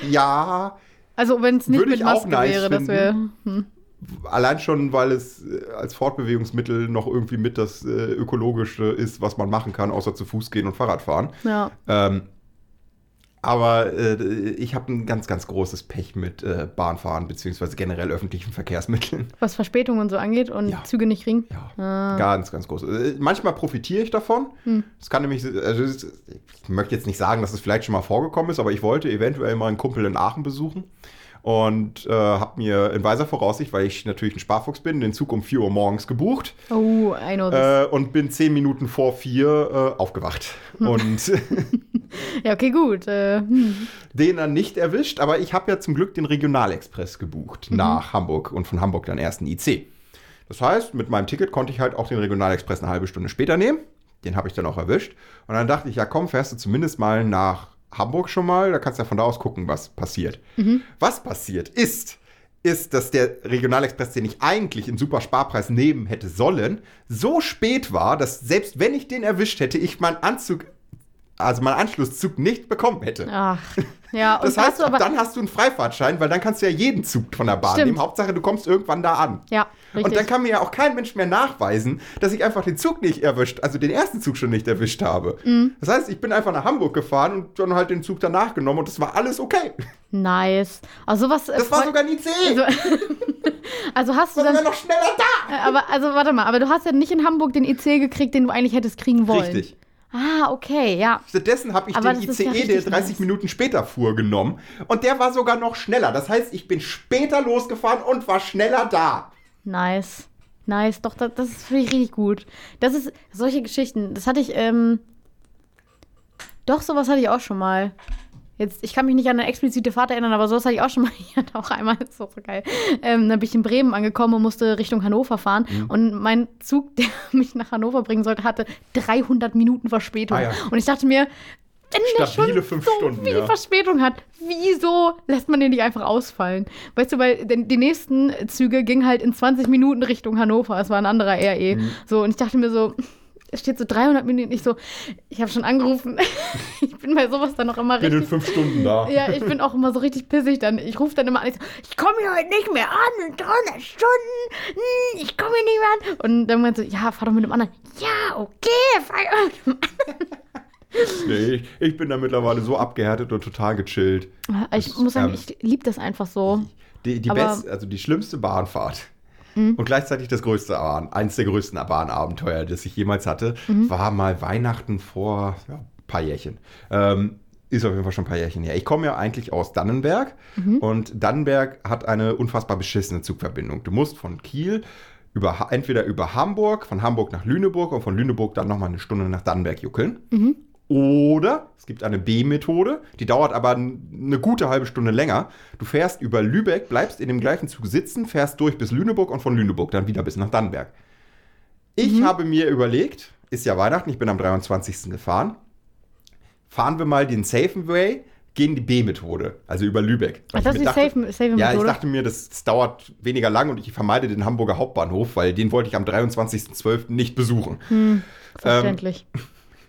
[SPEAKER 1] ja,
[SPEAKER 2] Also wenn es nicht
[SPEAKER 1] Würde
[SPEAKER 2] mit
[SPEAKER 1] ich auch
[SPEAKER 2] Maske
[SPEAKER 1] nice
[SPEAKER 2] wäre, dass wir... Hm.
[SPEAKER 1] allein schon, weil es äh, als Fortbewegungsmittel noch irgendwie mit das äh, ökologische ist, was man machen kann, außer zu Fuß gehen und Fahrrad fahren.
[SPEAKER 2] Ja.
[SPEAKER 1] Ähm, aber äh, ich habe ein ganz, ganz großes Pech mit äh, Bahnfahren beziehungsweise generell öffentlichen Verkehrsmitteln.
[SPEAKER 2] Was Verspätung und so angeht und
[SPEAKER 1] Ja.
[SPEAKER 2] Züge nicht ringen.
[SPEAKER 1] Ja,
[SPEAKER 2] Ah.
[SPEAKER 1] ganz, ganz groß. Äh, manchmal profitiere ich davon. Es kann nämlich, also es- ich möchte jetzt nicht sagen, dass es vielleicht schon mal vorgekommen ist, aber ich wollte eventuell mal einen Kumpel in Aachen besuchen und äh, habe mir in weiser Voraussicht, weil ich natürlich ein Sparfuchs bin, den Zug um 4 Uhr morgens gebucht.
[SPEAKER 2] Oh, I know this.
[SPEAKER 1] Äh, und bin zehn Minuten vor vier äh, aufgewacht und
[SPEAKER 2] Ja, okay, gut. Äh, hm.
[SPEAKER 1] den dann nicht erwischt. Aber ich habe ja zum Glück den Regionalexpress gebucht nach Hamburg und von Hamburg dann erst einen IC. Das heißt, mit meinem Ticket konnte ich halt auch den Regionalexpress eine halbe Stunde später nehmen. Den habe ich dann auch erwischt. Und dann dachte ich, ja komm, fährst du zumindest mal nach Hamburg schon mal. Da kannst du ja von da aus gucken, was passiert. Was passiert ist, ist, dass der Regionalexpress, den ich eigentlich in super Sparpreis nehmen hätte sollen, so spät war, dass selbst wenn ich den erwischt hätte, ich meinen Anzug, also meinen Anschlusszug nicht bekommen hätte.
[SPEAKER 2] Ach. Ja, und
[SPEAKER 1] Das
[SPEAKER 2] hast
[SPEAKER 1] heißt,
[SPEAKER 2] du
[SPEAKER 1] ab
[SPEAKER 2] aber.
[SPEAKER 1] dann hast du einen Freifahrtschein, weil dann kannst du ja jeden Zug von der Bahn
[SPEAKER 2] Stimmt.
[SPEAKER 1] nehmen. Hauptsache, du kommst irgendwann da an.
[SPEAKER 2] ja, richtig.
[SPEAKER 1] Und dann kann mir ja auch kein Mensch mehr nachweisen, dass ich einfach den Zug nicht erwischt, also den ersten Zug schon nicht erwischt habe.
[SPEAKER 2] Mhm.
[SPEAKER 1] Das heißt, ich bin einfach nach Hamburg gefahren und dann halt den Zug danach genommen und das war alles okay.
[SPEAKER 2] nice. Also sowas. äh,
[SPEAKER 1] Das war
[SPEAKER 2] freu-
[SPEAKER 1] sogar ein IC.
[SPEAKER 2] Also, also hast du
[SPEAKER 1] E. war
[SPEAKER 2] dann.
[SPEAKER 1] sogar noch schneller da.
[SPEAKER 2] äh, Aber also warte mal, aber du hast ja nicht in Hamburg den IC gekriegt, den du eigentlich hättest kriegen wollen.
[SPEAKER 1] Richtig.
[SPEAKER 2] Ah, okay, ja.
[SPEAKER 1] Stattdessen habe ich
[SPEAKER 2] Aber
[SPEAKER 1] den
[SPEAKER 2] das ist ja
[SPEAKER 1] ICE, der
[SPEAKER 2] richtig
[SPEAKER 1] 30
[SPEAKER 2] nice.
[SPEAKER 1] Minuten später fuhr, genommen. Und der war sogar noch schneller. Das heißt, ich bin später losgefahren und war schneller da.
[SPEAKER 2] Nice. Nice. Doch, das, das finde ich richtig gut. Das ist solche Geschichten. Das hatte ich, ähm, Doch, sowas hatte ich auch schon mal. Jetzt, ich kann mich nicht an eine explizite Fahrt erinnern, aber sowas hatte ich auch schon mal. Ich hatte auch einmal, das ist so geil. Ähm, dann bin ich in Bremen angekommen und musste Richtung Hannover fahren.
[SPEAKER 1] Mhm.
[SPEAKER 2] Und mein Zug, der mich nach Hannover bringen sollte, hatte 300 Minuten Verspätung.
[SPEAKER 1] Ah, ja.
[SPEAKER 2] Und ich dachte mir, wenn der
[SPEAKER 1] Stabile
[SPEAKER 2] schon
[SPEAKER 1] fünf
[SPEAKER 2] so
[SPEAKER 1] Stunden,
[SPEAKER 2] viel
[SPEAKER 1] ja.
[SPEAKER 2] Verspätung hat, wieso lässt man den nicht einfach ausfallen? Weißt du, weil denn die nächsten Züge gingen halt in 20 Minuten Richtung Hannover. Es war ein anderer RE.
[SPEAKER 1] Mhm.
[SPEAKER 2] So, und ich dachte mir so, es steht so 300 Minuten. Ich so, ich habe schon angerufen. ich bin bei sowas dann noch immer
[SPEAKER 1] Bin in
[SPEAKER 2] richtig.
[SPEAKER 1] fünf Stunden da.
[SPEAKER 2] Ja, ich bin auch immer so richtig pissig dann. Ich rufe dann immer an, ich, so, ich komme hier heute nicht mehr an, in 300 Stunden, hm, ich komme hier nicht mehr an. Und dann meinte sie, ja, fahr doch mit dem anderen. Ja, okay, fahr doch mit dem
[SPEAKER 1] Nee, ich, ich bin da mittlerweile so abgehärtet und total gechillt.
[SPEAKER 2] anderen. Ich
[SPEAKER 1] Das,
[SPEAKER 2] muss sagen,
[SPEAKER 1] ähm,
[SPEAKER 2] ich liebe das einfach so.
[SPEAKER 1] Die, die
[SPEAKER 2] Aber-
[SPEAKER 1] best, also die schlimmste Bahnfahrt und gleichzeitig das größte Bahn, eins der größten Bahnabenteuer, das ich jemals hatte, war mal Weihnachten vor ja, ein paar Jährchen. Ähm, ist auf jeden Fall schon ein paar Jährchen her. Ich komme ja eigentlich aus Dannenberg und Dannenberg hat eine unfassbar beschissene Zugverbindung. Du musst von Kiel über, Ha- entweder über Hamburg, von Hamburg nach Lüneburg und von Lüneburg dann nochmal eine Stunde nach Dannenberg juckeln. Oder es gibt eine B-Methode, die dauert aber n- eine gute halbe Stunde länger. Du fährst über Lübeck, bleibst in dem gleichen Zug sitzen, fährst durch bis Lüneburg und von Lüneburg dann wieder bis nach Dannenberg. Ich
[SPEAKER 2] Mhm.
[SPEAKER 1] habe mir überlegt, ist ja Weihnachten, ich bin am 23. gefahren, fahren wir mal den safen Way, gehen die B-Methode, also über Lübeck.
[SPEAKER 2] Ach,
[SPEAKER 1] Weil
[SPEAKER 2] das
[SPEAKER 1] ich
[SPEAKER 2] ist die
[SPEAKER 1] mir dachte-
[SPEAKER 2] safe, safe
[SPEAKER 1] ja, ich
[SPEAKER 2] Methode.
[SPEAKER 1] dachte mir, das, das dauert weniger lang und ich vermeide den Hamburger Hauptbahnhof, weil den wollte ich am 23.12. nicht besuchen.
[SPEAKER 2] Hm,
[SPEAKER 1] Ähm,
[SPEAKER 2] Verständlich.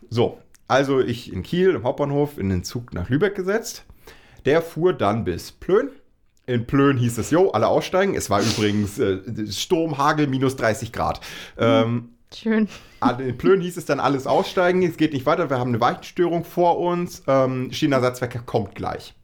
[SPEAKER 1] So, also ich in Kiel im Hauptbahnhof in den Zug nach Lübeck gesetzt. Der fuhr dann bis Plön. In Plön hieß es, jo, alle aussteigen. Es war übrigens äh, Sturm, Hagel, minus 30 Grad. Ähm,
[SPEAKER 2] Schön.
[SPEAKER 1] alle- in Plön hieß es dann, alles aussteigen, es geht nicht weiter, wir haben eine Weichenstörung vor uns, ähm, Schienenersatzverkehr kommt gleich.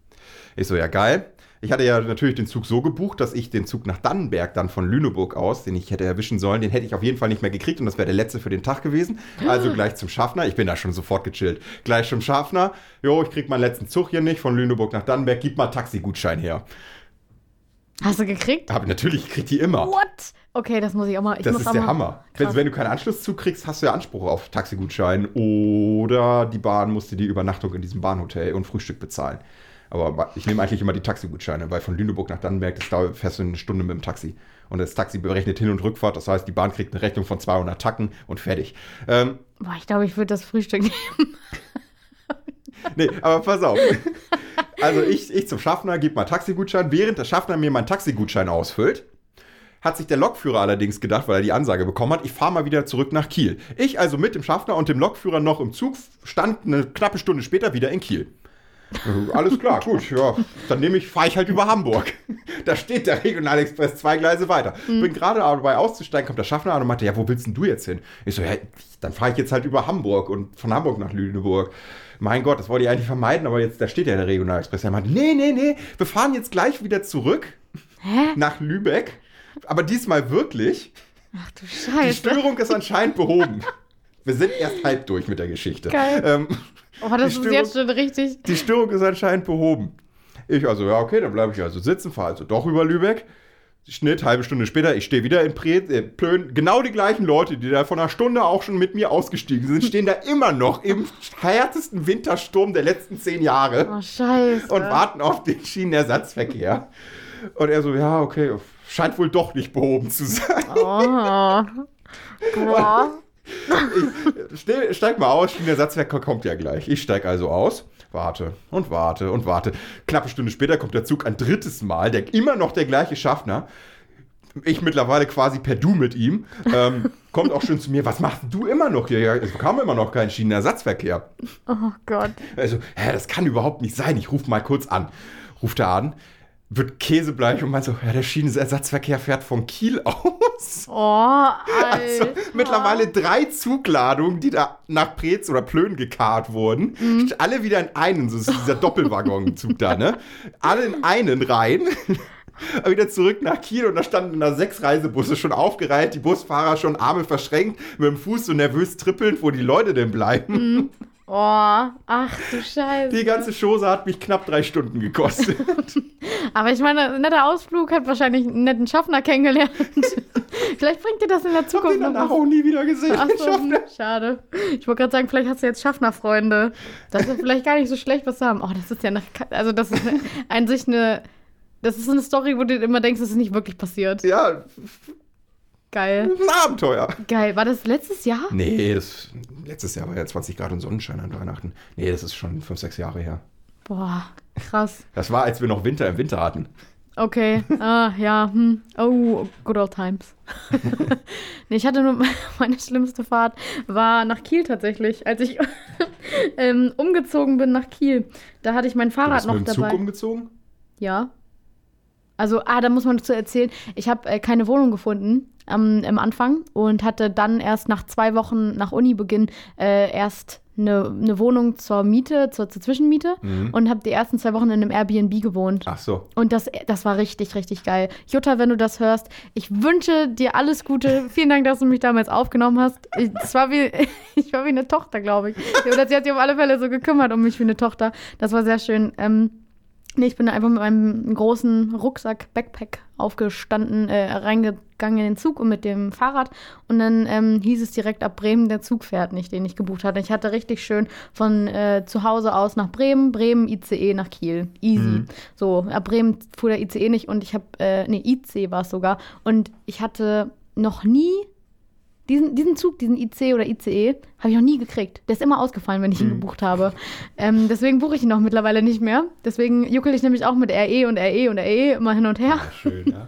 [SPEAKER 1] Ich so, ja geil. Ich hatte ja natürlich den Zug so gebucht, dass ich den Zug nach Dannenberg dann von Lüneburg aus, den ich hätte erwischen sollen, den hätte ich auf jeden Fall nicht mehr gekriegt und das wäre der letzte für den Tag gewesen. Also gleich zum Schaffner. Ich bin da schon sofort gechillt. Gleich zum Schaffner. Jo, ich krieg meinen letzten Zug hier nicht von Lüneburg nach Dannenberg. Gib mal Taxigutschein her.
[SPEAKER 2] Hast du gekriegt?
[SPEAKER 1] Hab, natürlich krieg die immer.
[SPEAKER 2] What? Okay, das muss ich auch mal. Ich
[SPEAKER 1] Das
[SPEAKER 2] muss
[SPEAKER 1] ist
[SPEAKER 2] auch
[SPEAKER 1] der
[SPEAKER 2] mal-
[SPEAKER 1] Hammer.
[SPEAKER 2] Krass.
[SPEAKER 1] Wenn, wenn du keinen Anschlusszug kriegst, hast du ja Anspruch auf Taxigutschein oder die Bahn musste die Übernachtung in diesem Bahnhotel und Frühstück bezahlen. Aber ich nehme eigentlich immer die Taxigutscheine, weil von Lüneburg nach Dannenberg, das dauert, fährst du eine Stunde mit dem Taxi. Und das Taxi berechnet Hin- und Rückfahrt, das heißt, die Bahn kriegt eine Rechnung von 200 Tacken und fertig. Ähm,
[SPEAKER 2] Boah, ich glaube, ich würde das Frühstück nehmen.
[SPEAKER 1] nee, aber pass auf. Also ich, ich zum Schaffner gebe mal Taxigutschein. Während der Schaffner mir meinen Taxigutschein ausfüllt, hat sich der Lokführer allerdings gedacht, weil er die Ansage bekommen hat, ich fahre mal wieder zurück nach Kiel. Ich also mit dem Schaffner und dem Lokführer noch im Zug stand eine knappe Stunde später wieder in Kiel. Äh, Alles klar, gut, ja. Dann nehme ich, fahre ich halt über Hamburg. Da steht der Regionalexpress zwei Gleise weiter.
[SPEAKER 2] Mhm.
[SPEAKER 1] Bin gerade dabei auszusteigen, kommt der Schaffner an und meinte, ja, wo willst denn du jetzt hin? Ich so, ja, dann fahre ich jetzt halt über Hamburg und von Hamburg nach Lüneburg. Mein Gott, das wollte ich eigentlich vermeiden, aber jetzt, da steht ja der Regionalexpress. Er meinte, nee, nee, nee, wir fahren jetzt gleich wieder zurück
[SPEAKER 2] Hä?
[SPEAKER 1] nach Lübeck. Aber diesmal wirklich.
[SPEAKER 2] Ach
[SPEAKER 1] Die
[SPEAKER 2] du Scheiße.
[SPEAKER 1] Störung ist anscheinend behoben. Wir sind erst halb durch mit der Geschichte.
[SPEAKER 2] Geil.
[SPEAKER 1] Ähm,
[SPEAKER 2] Oh, das
[SPEAKER 1] die
[SPEAKER 2] ist jetzt schon richtig.
[SPEAKER 1] die Störung ist anscheinend behoben. Ich also, ja, okay, dann bleibe ich also sitzen, fahre also doch über Lübeck. Schnitt, halbe Stunde später, ich stehe wieder in Pre äh, Plön. Genau die gleichen Leute, die da vor einer Stunde auch schon mit mir ausgestiegen sind, stehen da immer noch im härtesten Wintersturm der letzten zehn Jahre
[SPEAKER 2] Oh, Scheiße.
[SPEAKER 1] und warten auf den Schienenersatzverkehr. Und er so, ja, okay, scheint wohl doch nicht behoben zu sein.
[SPEAKER 2] Oh. Boah.
[SPEAKER 1] Ich ste- steig mal aus, der Satzwerk kommt ja gleich. Ich steig also aus, warte und warte und warte. Knappe Stunde später kommt der Zug ein drittes Mal, der immer noch der gleiche Schaffner. Ich mittlerweile quasi per Du mit ihm. Ähm, kommt auch schön zu mir. Was machst du immer noch hier? Ja, es kam immer noch kein Schienenersatzverkehr.
[SPEAKER 2] Oh Gott.
[SPEAKER 1] Also, hä, das kann überhaupt nicht sein. Ich rufe mal kurz an. Ruft er an, wird käsebleich und meint so, ja, der Schienenersatzverkehr fährt von Kiel aus.
[SPEAKER 2] Oh, Alter.
[SPEAKER 1] Also, mittlerweile drei Zugladungen, die da nach Prez oder Plön gekarrt wurden.
[SPEAKER 2] Mhm.
[SPEAKER 1] Alle wieder in einen, so ist dieser Doppelwaggonzug da, ne? Alle in einen rein. Aber wieder zurück nach Kiel und da standen da sechs Reisebusse schon aufgereiht, die Busfahrer schon Arme verschränkt, mit dem Fuß so nervös trippelnd, wo die Leute denn
[SPEAKER 2] Mhm.
[SPEAKER 1] bleiben.
[SPEAKER 2] Oh, ach du Scheiße.
[SPEAKER 1] Die ganze Chose hat mich knapp drei Stunden gekostet.
[SPEAKER 2] Aber ich meine, ein netter Ausflug hat wahrscheinlich einen netten Schaffner kennengelernt. Vielleicht bringt dir das in der
[SPEAKER 1] Hab
[SPEAKER 2] Zukunft
[SPEAKER 1] den
[SPEAKER 2] noch
[SPEAKER 1] danach
[SPEAKER 2] was.
[SPEAKER 1] auch nie wieder gesehen. ne-
[SPEAKER 2] Ach so,
[SPEAKER 1] Schaffner.
[SPEAKER 2] hm, schade. Ich wollte gerade sagen, vielleicht hast du jetzt Schaffnerfreunde. Das ist vielleicht gar nicht so schlecht, was zu haben. Oh, das ist ja eine, also das ist eine, an sich eine, das ist eine Story, wo du immer denkst, das ist nicht wirklich passiert.
[SPEAKER 1] Ja,
[SPEAKER 2] Geil.
[SPEAKER 1] ein Abenteuer.
[SPEAKER 2] Geil. War das letztes Jahr?
[SPEAKER 1] Nee, das, letztes Jahr war ja 20 Grad und Sonnenschein an Weihnachten. Nee, das ist schon 5, 6 Jahre her.
[SPEAKER 2] Boah, krass.
[SPEAKER 1] Das war, als wir noch Winter im Winter hatten.
[SPEAKER 2] Okay. Ah, ja. Hm. Oh, good old times. nee, ich hatte nur, meine schlimmste Fahrt war nach Kiel tatsächlich. Als ich ähm, umgezogen bin nach Kiel, da hatte ich mein
[SPEAKER 1] Du
[SPEAKER 2] Fahrrad
[SPEAKER 1] bist
[SPEAKER 2] noch
[SPEAKER 1] mit dem
[SPEAKER 2] dabei.
[SPEAKER 1] Zug umgezogen?
[SPEAKER 2] Ja. Also, ah, da muss man dazu erzählen, ich habe äh, keine Wohnung gefunden am, am Anfang und hatte dann erst nach zwei Wochen nach Unibeginn äh, erst eine, eine Wohnung zur Miete, zur, zur Zwischenmiete
[SPEAKER 1] Mhm.
[SPEAKER 2] und habe die ersten zwei Wochen in einem Airbnb gewohnt.
[SPEAKER 1] Ach so.
[SPEAKER 2] Und das, das war richtig, richtig geil. Jutta, wenn du das hörst, ich wünsche dir alles Gute. Vielen Dank, dass du mich damals aufgenommen hast. Ich, das war wie, ich war wie eine Tochter, glaube ich. Oder sie hat sich auf alle Fälle so gekümmert um mich wie eine Tochter. Das war sehr schön. Ähm, nee, ich bin da einfach mit meinem großen Rucksack, Backpack aufgestanden, äh, reingegangen in den Zug und mit dem Fahrrad. Und dann ähm, hieß es direkt ab Bremen, der Zug fährt nicht, den ich gebucht hatte. Ich hatte richtig schön von äh, zu Hause aus nach Bremen, Bremen, ICE nach Kiel. Easy.
[SPEAKER 1] Mhm.
[SPEAKER 2] So, ab Bremen fuhr der ICE nicht und ich habe, äh, nee, IC war es sogar. Und ich hatte noch nie diesen, diesen Zug, diesen IC oder ICE, habe ich noch nie gekriegt. Der ist immer ausgefallen, wenn ich ihn
[SPEAKER 1] Mhm.
[SPEAKER 2] gebucht habe. Ähm, deswegen buche ich ihn auch mittlerweile nicht mehr. Deswegen juckel ich nämlich auch mit RE und RE und RE immer hin und her.
[SPEAKER 1] Ja, schön, ja.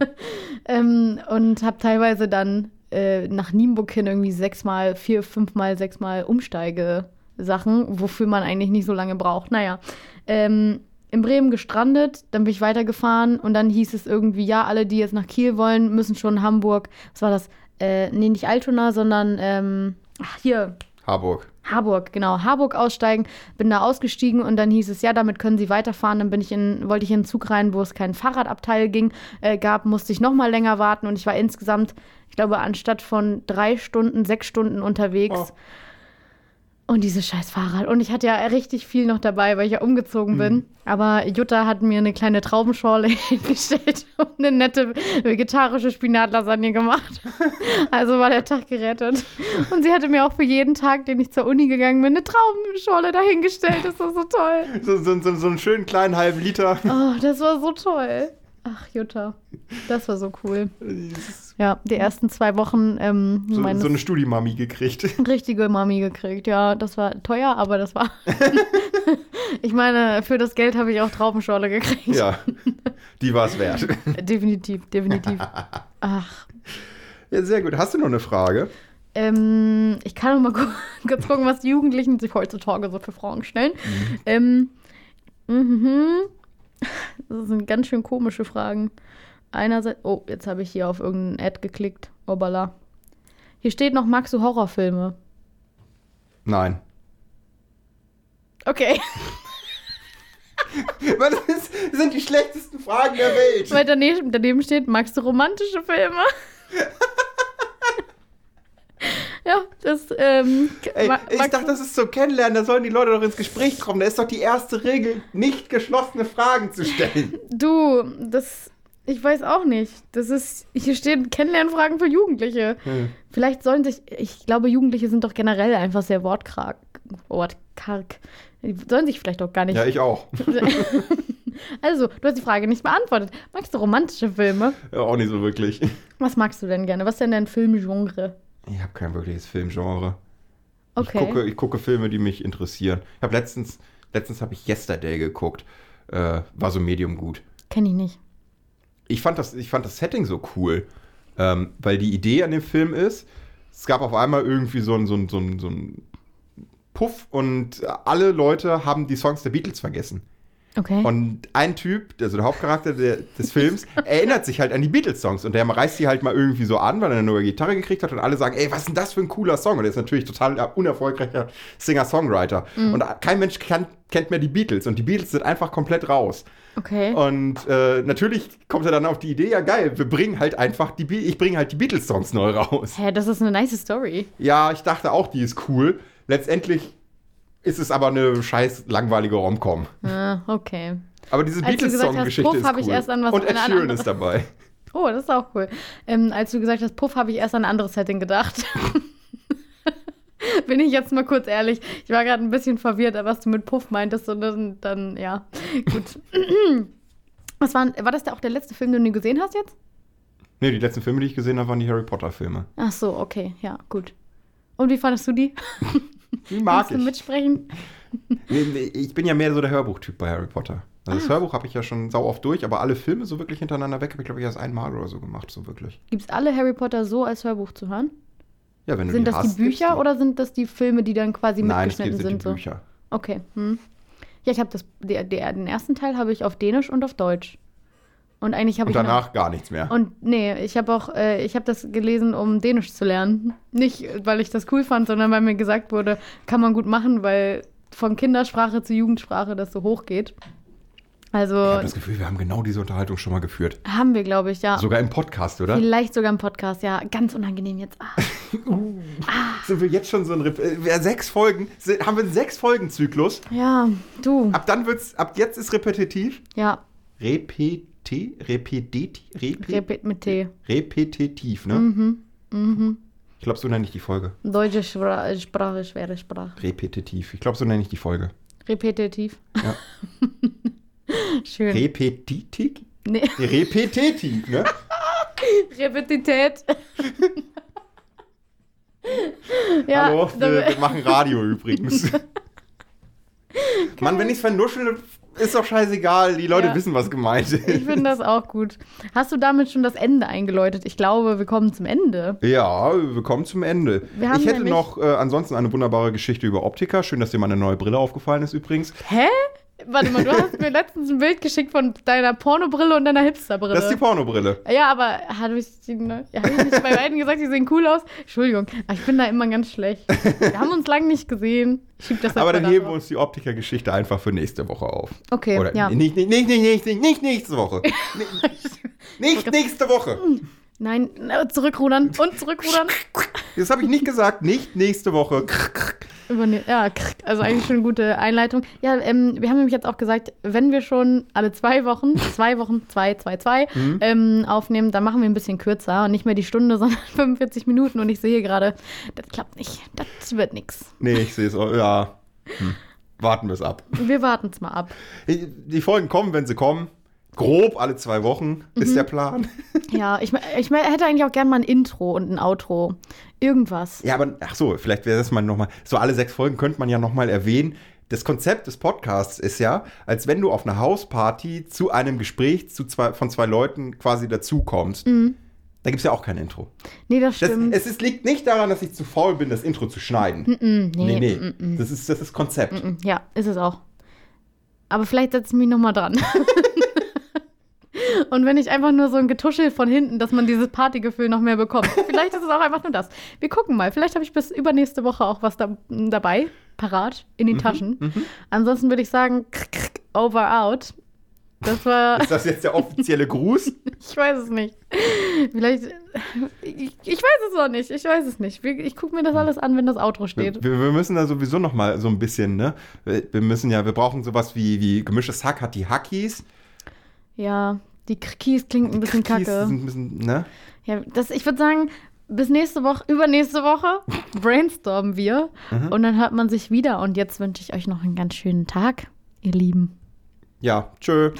[SPEAKER 2] Ähm, und habe teilweise dann äh, nach Nienburg hin irgendwie sechsmal, vier, fünfmal, sechsmal Umsteige-Sachen, wofür man eigentlich nicht so lange braucht. Naja, ähm, in Bremen gestrandet, dann bin ich weitergefahren und dann hieß es irgendwie, ja, alle, die jetzt nach Kiel wollen, müssen schon Hamburg, was war das? Äh, nee, nicht Altona, sondern ähm, ach, hier,
[SPEAKER 1] Harburg.
[SPEAKER 2] Harburg, genau, Harburg aussteigen, bin da ausgestiegen und dann hieß es, ja, damit können sie weiterfahren. Dann bin ich in, wollte ich in einen Zug rein, wo es keinen Fahrradabteil ging, äh, gab, musste ich nochmal länger warten und ich war insgesamt, ich glaube, anstatt von drei Stunden, sechs Stunden unterwegs.
[SPEAKER 1] Oh.
[SPEAKER 2] Und dieses scheiß Fahrrad. Und ich hatte ja richtig viel noch dabei, weil ich ja umgezogen bin. Aber Jutta hat mir eine kleine Traubenschorle hingestellt und eine nette vegetarische Spinatlasagne gemacht. Also war der Tag gerettet. Und sie hatte mir auch für jeden Tag, den ich zur Uni gegangen bin, eine Traubenschorle dahingestellt. Das war so toll.
[SPEAKER 1] So, so, so, so einen schönen kleinen halben Liter.
[SPEAKER 2] Oh, das war so toll. Ach, Jutta. Das war so cool.
[SPEAKER 1] So,
[SPEAKER 2] Ja, die ersten zwei Wochen ähm,
[SPEAKER 1] so
[SPEAKER 2] meines
[SPEAKER 1] eine Studimami gekriegt.
[SPEAKER 2] richtige Mami gekriegt. Ja, das war teuer, aber das war. ich meine, für das Geld habe ich auch Traubenschorle gekriegt.
[SPEAKER 1] Ja, die war es wert.
[SPEAKER 2] Definitiv, definitiv. Ach.
[SPEAKER 1] Ja, sehr gut. Hast du noch eine Frage?
[SPEAKER 2] Ähm, ich kann noch mal gu- kurz gucken, was die Jugendlichen sich heutzutage so für Fragen stellen. Ähm, mhm. Das sind ganz schön komische Fragen. Einerseits, oh, jetzt habe ich hier auf irgendeinen Ad geklickt. Obala. Hier steht noch, magst du Horrorfilme?
[SPEAKER 1] Nein.
[SPEAKER 2] Okay.
[SPEAKER 1] Das ist- sind die schlechtesten Fragen der Welt.
[SPEAKER 2] Weil daneben, daneben steht, magst du romantische Filme? ja, das, ähm,
[SPEAKER 1] Ey,
[SPEAKER 2] ma-
[SPEAKER 1] ich
[SPEAKER 2] magst
[SPEAKER 1] dachte,
[SPEAKER 2] du-
[SPEAKER 1] das ist zum Kennenlernen, da sollen die Leute doch ins Gespräch kommen. Da ist doch die erste Regel, nicht geschlossene Fragen zu stellen.
[SPEAKER 2] du, das, ich weiß auch nicht. Das ist, hier stehen Kennenlernfragen für Jugendliche.
[SPEAKER 1] Hm.
[SPEAKER 2] Vielleicht sollen sich, ich glaube, Jugendliche sind doch generell einfach sehr wortkarg, wortkarg. Die sollen sich vielleicht auch gar nicht.
[SPEAKER 1] Ja, ich auch.
[SPEAKER 2] also, du hast die Frage nicht beantwortet. Magst du romantische Filme?
[SPEAKER 1] Ja, auch nicht so wirklich.
[SPEAKER 2] Was magst du denn gerne? Was ist denn dein Filmgenre?
[SPEAKER 1] Ich habe kein wirkliches Filmgenre.
[SPEAKER 2] Okay.
[SPEAKER 1] Ich, gucke, ich gucke Filme, die mich interessieren. Ich habe letztens, letztens habe ich Yesterday geguckt. Äh, war so medium gut.
[SPEAKER 2] Kenn ich nicht.
[SPEAKER 1] ich fand das, ich fand das Setting so cool, ähm, weil die Idee an dem Film ist, es gab auf einmal irgendwie so ein, so ein, so ein, so ein Puff und alle Leute haben die Songs der Beatles vergessen.
[SPEAKER 2] Okay.
[SPEAKER 1] Und ein Typ, also der Hauptcharakter der, des Films, erinnert sich halt an die Beatles-Songs und der reißt die halt mal irgendwie so an, weil er eine neue Gitarre gekriegt hat und alle sagen, ey, was ist denn das für ein cooler Song? Und er ist natürlich total unerfolgreicher Singer-Songwriter. Und kein Mensch kann, kennt mehr die Beatles und die Beatles sind einfach komplett raus.
[SPEAKER 2] okay.
[SPEAKER 1] Und äh, natürlich kommt er dann auf die Idee, ja geil, wir bringen halt einfach die, Be ich bringe halt die Beatles-Songs neu raus.
[SPEAKER 2] Hä, das ist eine nice Story.
[SPEAKER 1] Ja, ich dachte auch, die ist cool. Letztendlich ist es aber eine scheiß langweilige Romcom.
[SPEAKER 2] Ah, okay.
[SPEAKER 1] Aber diese
[SPEAKER 2] Als du gesagt hast,
[SPEAKER 1] Beatles-Song-Geschichte
[SPEAKER 2] Puff,
[SPEAKER 1] ist
[SPEAKER 2] hab
[SPEAKER 1] cool.
[SPEAKER 2] ich erst an was-
[SPEAKER 1] Und
[SPEAKER 2] an
[SPEAKER 1] Ed
[SPEAKER 2] eine
[SPEAKER 1] Sheeran
[SPEAKER 2] andere-
[SPEAKER 1] ist dabei.
[SPEAKER 2] Oh, das ist auch cool. Ähm, als du gesagt hast, Puff, habe ich erst an ein anderes Setting gedacht. Bin ich jetzt mal kurz ehrlich. Ich war gerade ein bisschen verwirrt, was du mit Puff meintest. Und dann, dann ja, gut. was war, war das da auch der letzte Film, den du gesehen hast jetzt?
[SPEAKER 1] Nee, die letzten Filme, die ich gesehen habe, waren die Harry Potter-Filme.
[SPEAKER 2] Ach so, okay, ja, gut. Und wie fandest du die?
[SPEAKER 1] Die mag
[SPEAKER 2] Kannst du
[SPEAKER 1] ich.
[SPEAKER 2] mitsprechen?
[SPEAKER 1] Nee, nee, Ich bin ja mehr so der Hörbuchtyp bei Harry Potter. Also
[SPEAKER 2] Ah.
[SPEAKER 1] das Hörbuch habe ich ja schon sau oft durch, aber alle Filme so wirklich hintereinander weg habe ich, glaube ich, erst einmal oder so gemacht, so wirklich.
[SPEAKER 2] Gibt es alle Harry Potter so als Hörbuch zu hören?
[SPEAKER 1] Ja, wenn du
[SPEAKER 2] Sind
[SPEAKER 1] die
[SPEAKER 2] das
[SPEAKER 1] hast,
[SPEAKER 2] die Bücher
[SPEAKER 1] gibt's
[SPEAKER 2] oder sind das die Filme, die dann quasi
[SPEAKER 1] die. Nein, es gibt
[SPEAKER 2] mitgeschnitten
[SPEAKER 1] sind
[SPEAKER 2] sind?
[SPEAKER 1] die Bücher.
[SPEAKER 2] So? Okay. Hm. Ja, ich habe das, der, der, den ersten Teil habe ich auf Dänisch und auf Deutsch. Und eigentlich habe
[SPEAKER 1] Und
[SPEAKER 2] ich. noch-
[SPEAKER 1] danach gar nichts mehr.
[SPEAKER 2] und nee, ich habe auch, äh, ich habe das gelesen, um Dänisch zu lernen. Nicht, weil ich das cool fand, sondern weil mir gesagt wurde, kann man gut machen, weil von Kindersprache zu Jugendsprache das so hoch geht. Also
[SPEAKER 1] ich habe das Gefühl, wir haben genau diese Unterhaltung schon mal geführt.
[SPEAKER 2] haben wir, glaube ich, ja.
[SPEAKER 1] Sogar im Podcast, oder?
[SPEAKER 2] Ah. Vielleicht sogar im Podcast, ja. Ganz unangenehm jetzt. Ah.
[SPEAKER 1] Sind wir jetzt schon so ein Rip äh, wir- Sechs Folgen, sind, haben wir einen Sechs-Folgen-Zyklus.
[SPEAKER 2] Ja, du.
[SPEAKER 1] Ab dann wird's, ab jetzt ist repetitiv.
[SPEAKER 2] Ja,
[SPEAKER 1] Repeti, repetiti, repe,
[SPEAKER 2] Repet mit T.
[SPEAKER 1] repetitiv, ne?
[SPEAKER 2] Mhm,
[SPEAKER 1] Ich glaube, so nenne ich die Folge.
[SPEAKER 2] Deutsche Schra Sprache, schwere Sprache.
[SPEAKER 1] Repetitiv. Ich glaube, so nenne ich die Folge.
[SPEAKER 2] Repetitiv.
[SPEAKER 1] Ja.
[SPEAKER 2] Schön.
[SPEAKER 1] Repetitik?
[SPEAKER 2] nee.
[SPEAKER 1] Repetitiv, ne?
[SPEAKER 2] Repetität. ja,
[SPEAKER 1] Hallo,
[SPEAKER 2] da-
[SPEAKER 1] wir, wir machen Radio übrigens. Mann, wenn ich es vernuschel, ist doch scheißegal. Die Leute
[SPEAKER 2] Ja.
[SPEAKER 1] wissen, was gemeint
[SPEAKER 2] ich
[SPEAKER 1] ist.
[SPEAKER 2] finde das auch gut. Hast du damit schon das Ende eingeläutet? Ich glaube, wir kommen zum Ende.
[SPEAKER 1] Ja, wir kommen zum Ende.
[SPEAKER 2] Wir haben
[SPEAKER 1] ich hätte
[SPEAKER 2] nämlich-
[SPEAKER 1] noch äh, ansonsten eine wunderbare Geschichte über Optiker. Schön, dass dir meine neue Brille aufgefallen ist übrigens.
[SPEAKER 2] Hä? Warte mal, du hast mir letztens ein Bild geschickt von deiner Pornobrille und deiner
[SPEAKER 1] Das ist die
[SPEAKER 2] Hipsterbrille.
[SPEAKER 1] Pornobrille.
[SPEAKER 2] Ja, aber habe ich, die ne? ja, hab ich nicht bei beiden gesagt, die sehen cool aus? Entschuldigung, aber ich bin da immer ganz schlecht. Wir haben uns lange nicht gesehen. Ich Schieb das
[SPEAKER 1] Aber
[SPEAKER 2] einfach
[SPEAKER 1] dann heben wir
[SPEAKER 2] darauf.
[SPEAKER 1] uns die Optiker-Geschichte einfach für nächste Woche auf.
[SPEAKER 2] Okay,
[SPEAKER 1] Oder
[SPEAKER 2] ja.
[SPEAKER 1] nicht, nicht, nicht, nicht, nicht, nicht, nicht nächste Woche. nicht nächste Woche.
[SPEAKER 2] Nein, na, zurückrudern und zurückrudern.
[SPEAKER 1] Das habe ich nicht gesagt. Nicht nächste Woche.
[SPEAKER 2] Überne ja, krr, also eigentlich schon eine gute Einleitung. Ja, ähm, wir haben nämlich jetzt auch gesagt, wenn wir schon alle zwei Wochen, zwei Wochen, zwei, zwei, zwei
[SPEAKER 1] Mhm.
[SPEAKER 2] ähm, aufnehmen, dann machen wir ein bisschen kürzer und nicht mehr die Stunde, sondern 45 Minuten. Und ich sehe gerade, das klappt nicht. Das wird nichts.
[SPEAKER 1] Nee, ich sehe es auch. Ja. Hm. Warten wir es ab.
[SPEAKER 2] Wir warten es mal ab.
[SPEAKER 1] Die Folgen kommen, wenn sie kommen. Grob alle zwei Wochen
[SPEAKER 2] Mhm.
[SPEAKER 1] ist der Plan.
[SPEAKER 2] Ja, ich, me- ich me- hätte eigentlich auch gern mal ein Intro und ein Outro. Irgendwas.
[SPEAKER 1] Ja, aber ach so, vielleicht wäre das mal nochmal. So alle sechs Folgen könnte man ja nochmal erwähnen. Das Konzept des Podcasts ist ja, als wenn du auf einer Hausparty zu einem Gespräch zu zwei, von zwei Leuten quasi dazukommst. Da gibt es ja auch kein Intro.
[SPEAKER 2] Nee, das
[SPEAKER 1] Das,
[SPEAKER 2] Mhm. stimmt.
[SPEAKER 1] es ist, liegt nicht daran, dass ich zu faul bin, das Intro zu schneiden.
[SPEAKER 2] Mm,
[SPEAKER 1] Nee, nee. Das ist das ist Konzept.
[SPEAKER 2] Ja, ist es auch. Aber vielleicht setze ich mich nochmal dran. Und wenn ich einfach nur so ein Getuschel von hinten, dass man dieses Partygefühl noch mehr bekommt. Vielleicht ist es auch einfach nur das. Wir gucken mal. Vielleicht habe ich bis übernächste Woche auch was da, m, dabei, parat, in den Taschen. Ansonsten würde ich sagen, krr, krr, over out. Das war,
[SPEAKER 1] Ist das jetzt der offizielle Gruß?
[SPEAKER 2] ich weiß es nicht. Vielleicht, ich, ich weiß es noch nicht. Ich weiß es nicht. Wir- Ich gucke mir das alles an, wenn das Outro
[SPEAKER 1] Wir,
[SPEAKER 2] steht.
[SPEAKER 1] wir wir müssen da sowieso noch mal so ein bisschen, ne? Wir wir müssen ja, wir brauchen sowas wie, wie gemischtes Hack hat die Hackies.
[SPEAKER 2] Ja, die Krikis klingt ein bisschen
[SPEAKER 1] Hackies
[SPEAKER 2] kacke.
[SPEAKER 1] Sind ein bisschen, ne?
[SPEAKER 2] Ja, das, ich würde sagen, bis nächste Woche, übernächste Woche brainstormen wir und dann hört man sich wieder. Und jetzt wünsche ich euch noch einen ganz schönen Tag, ihr Lieben.
[SPEAKER 1] Ja, tschö.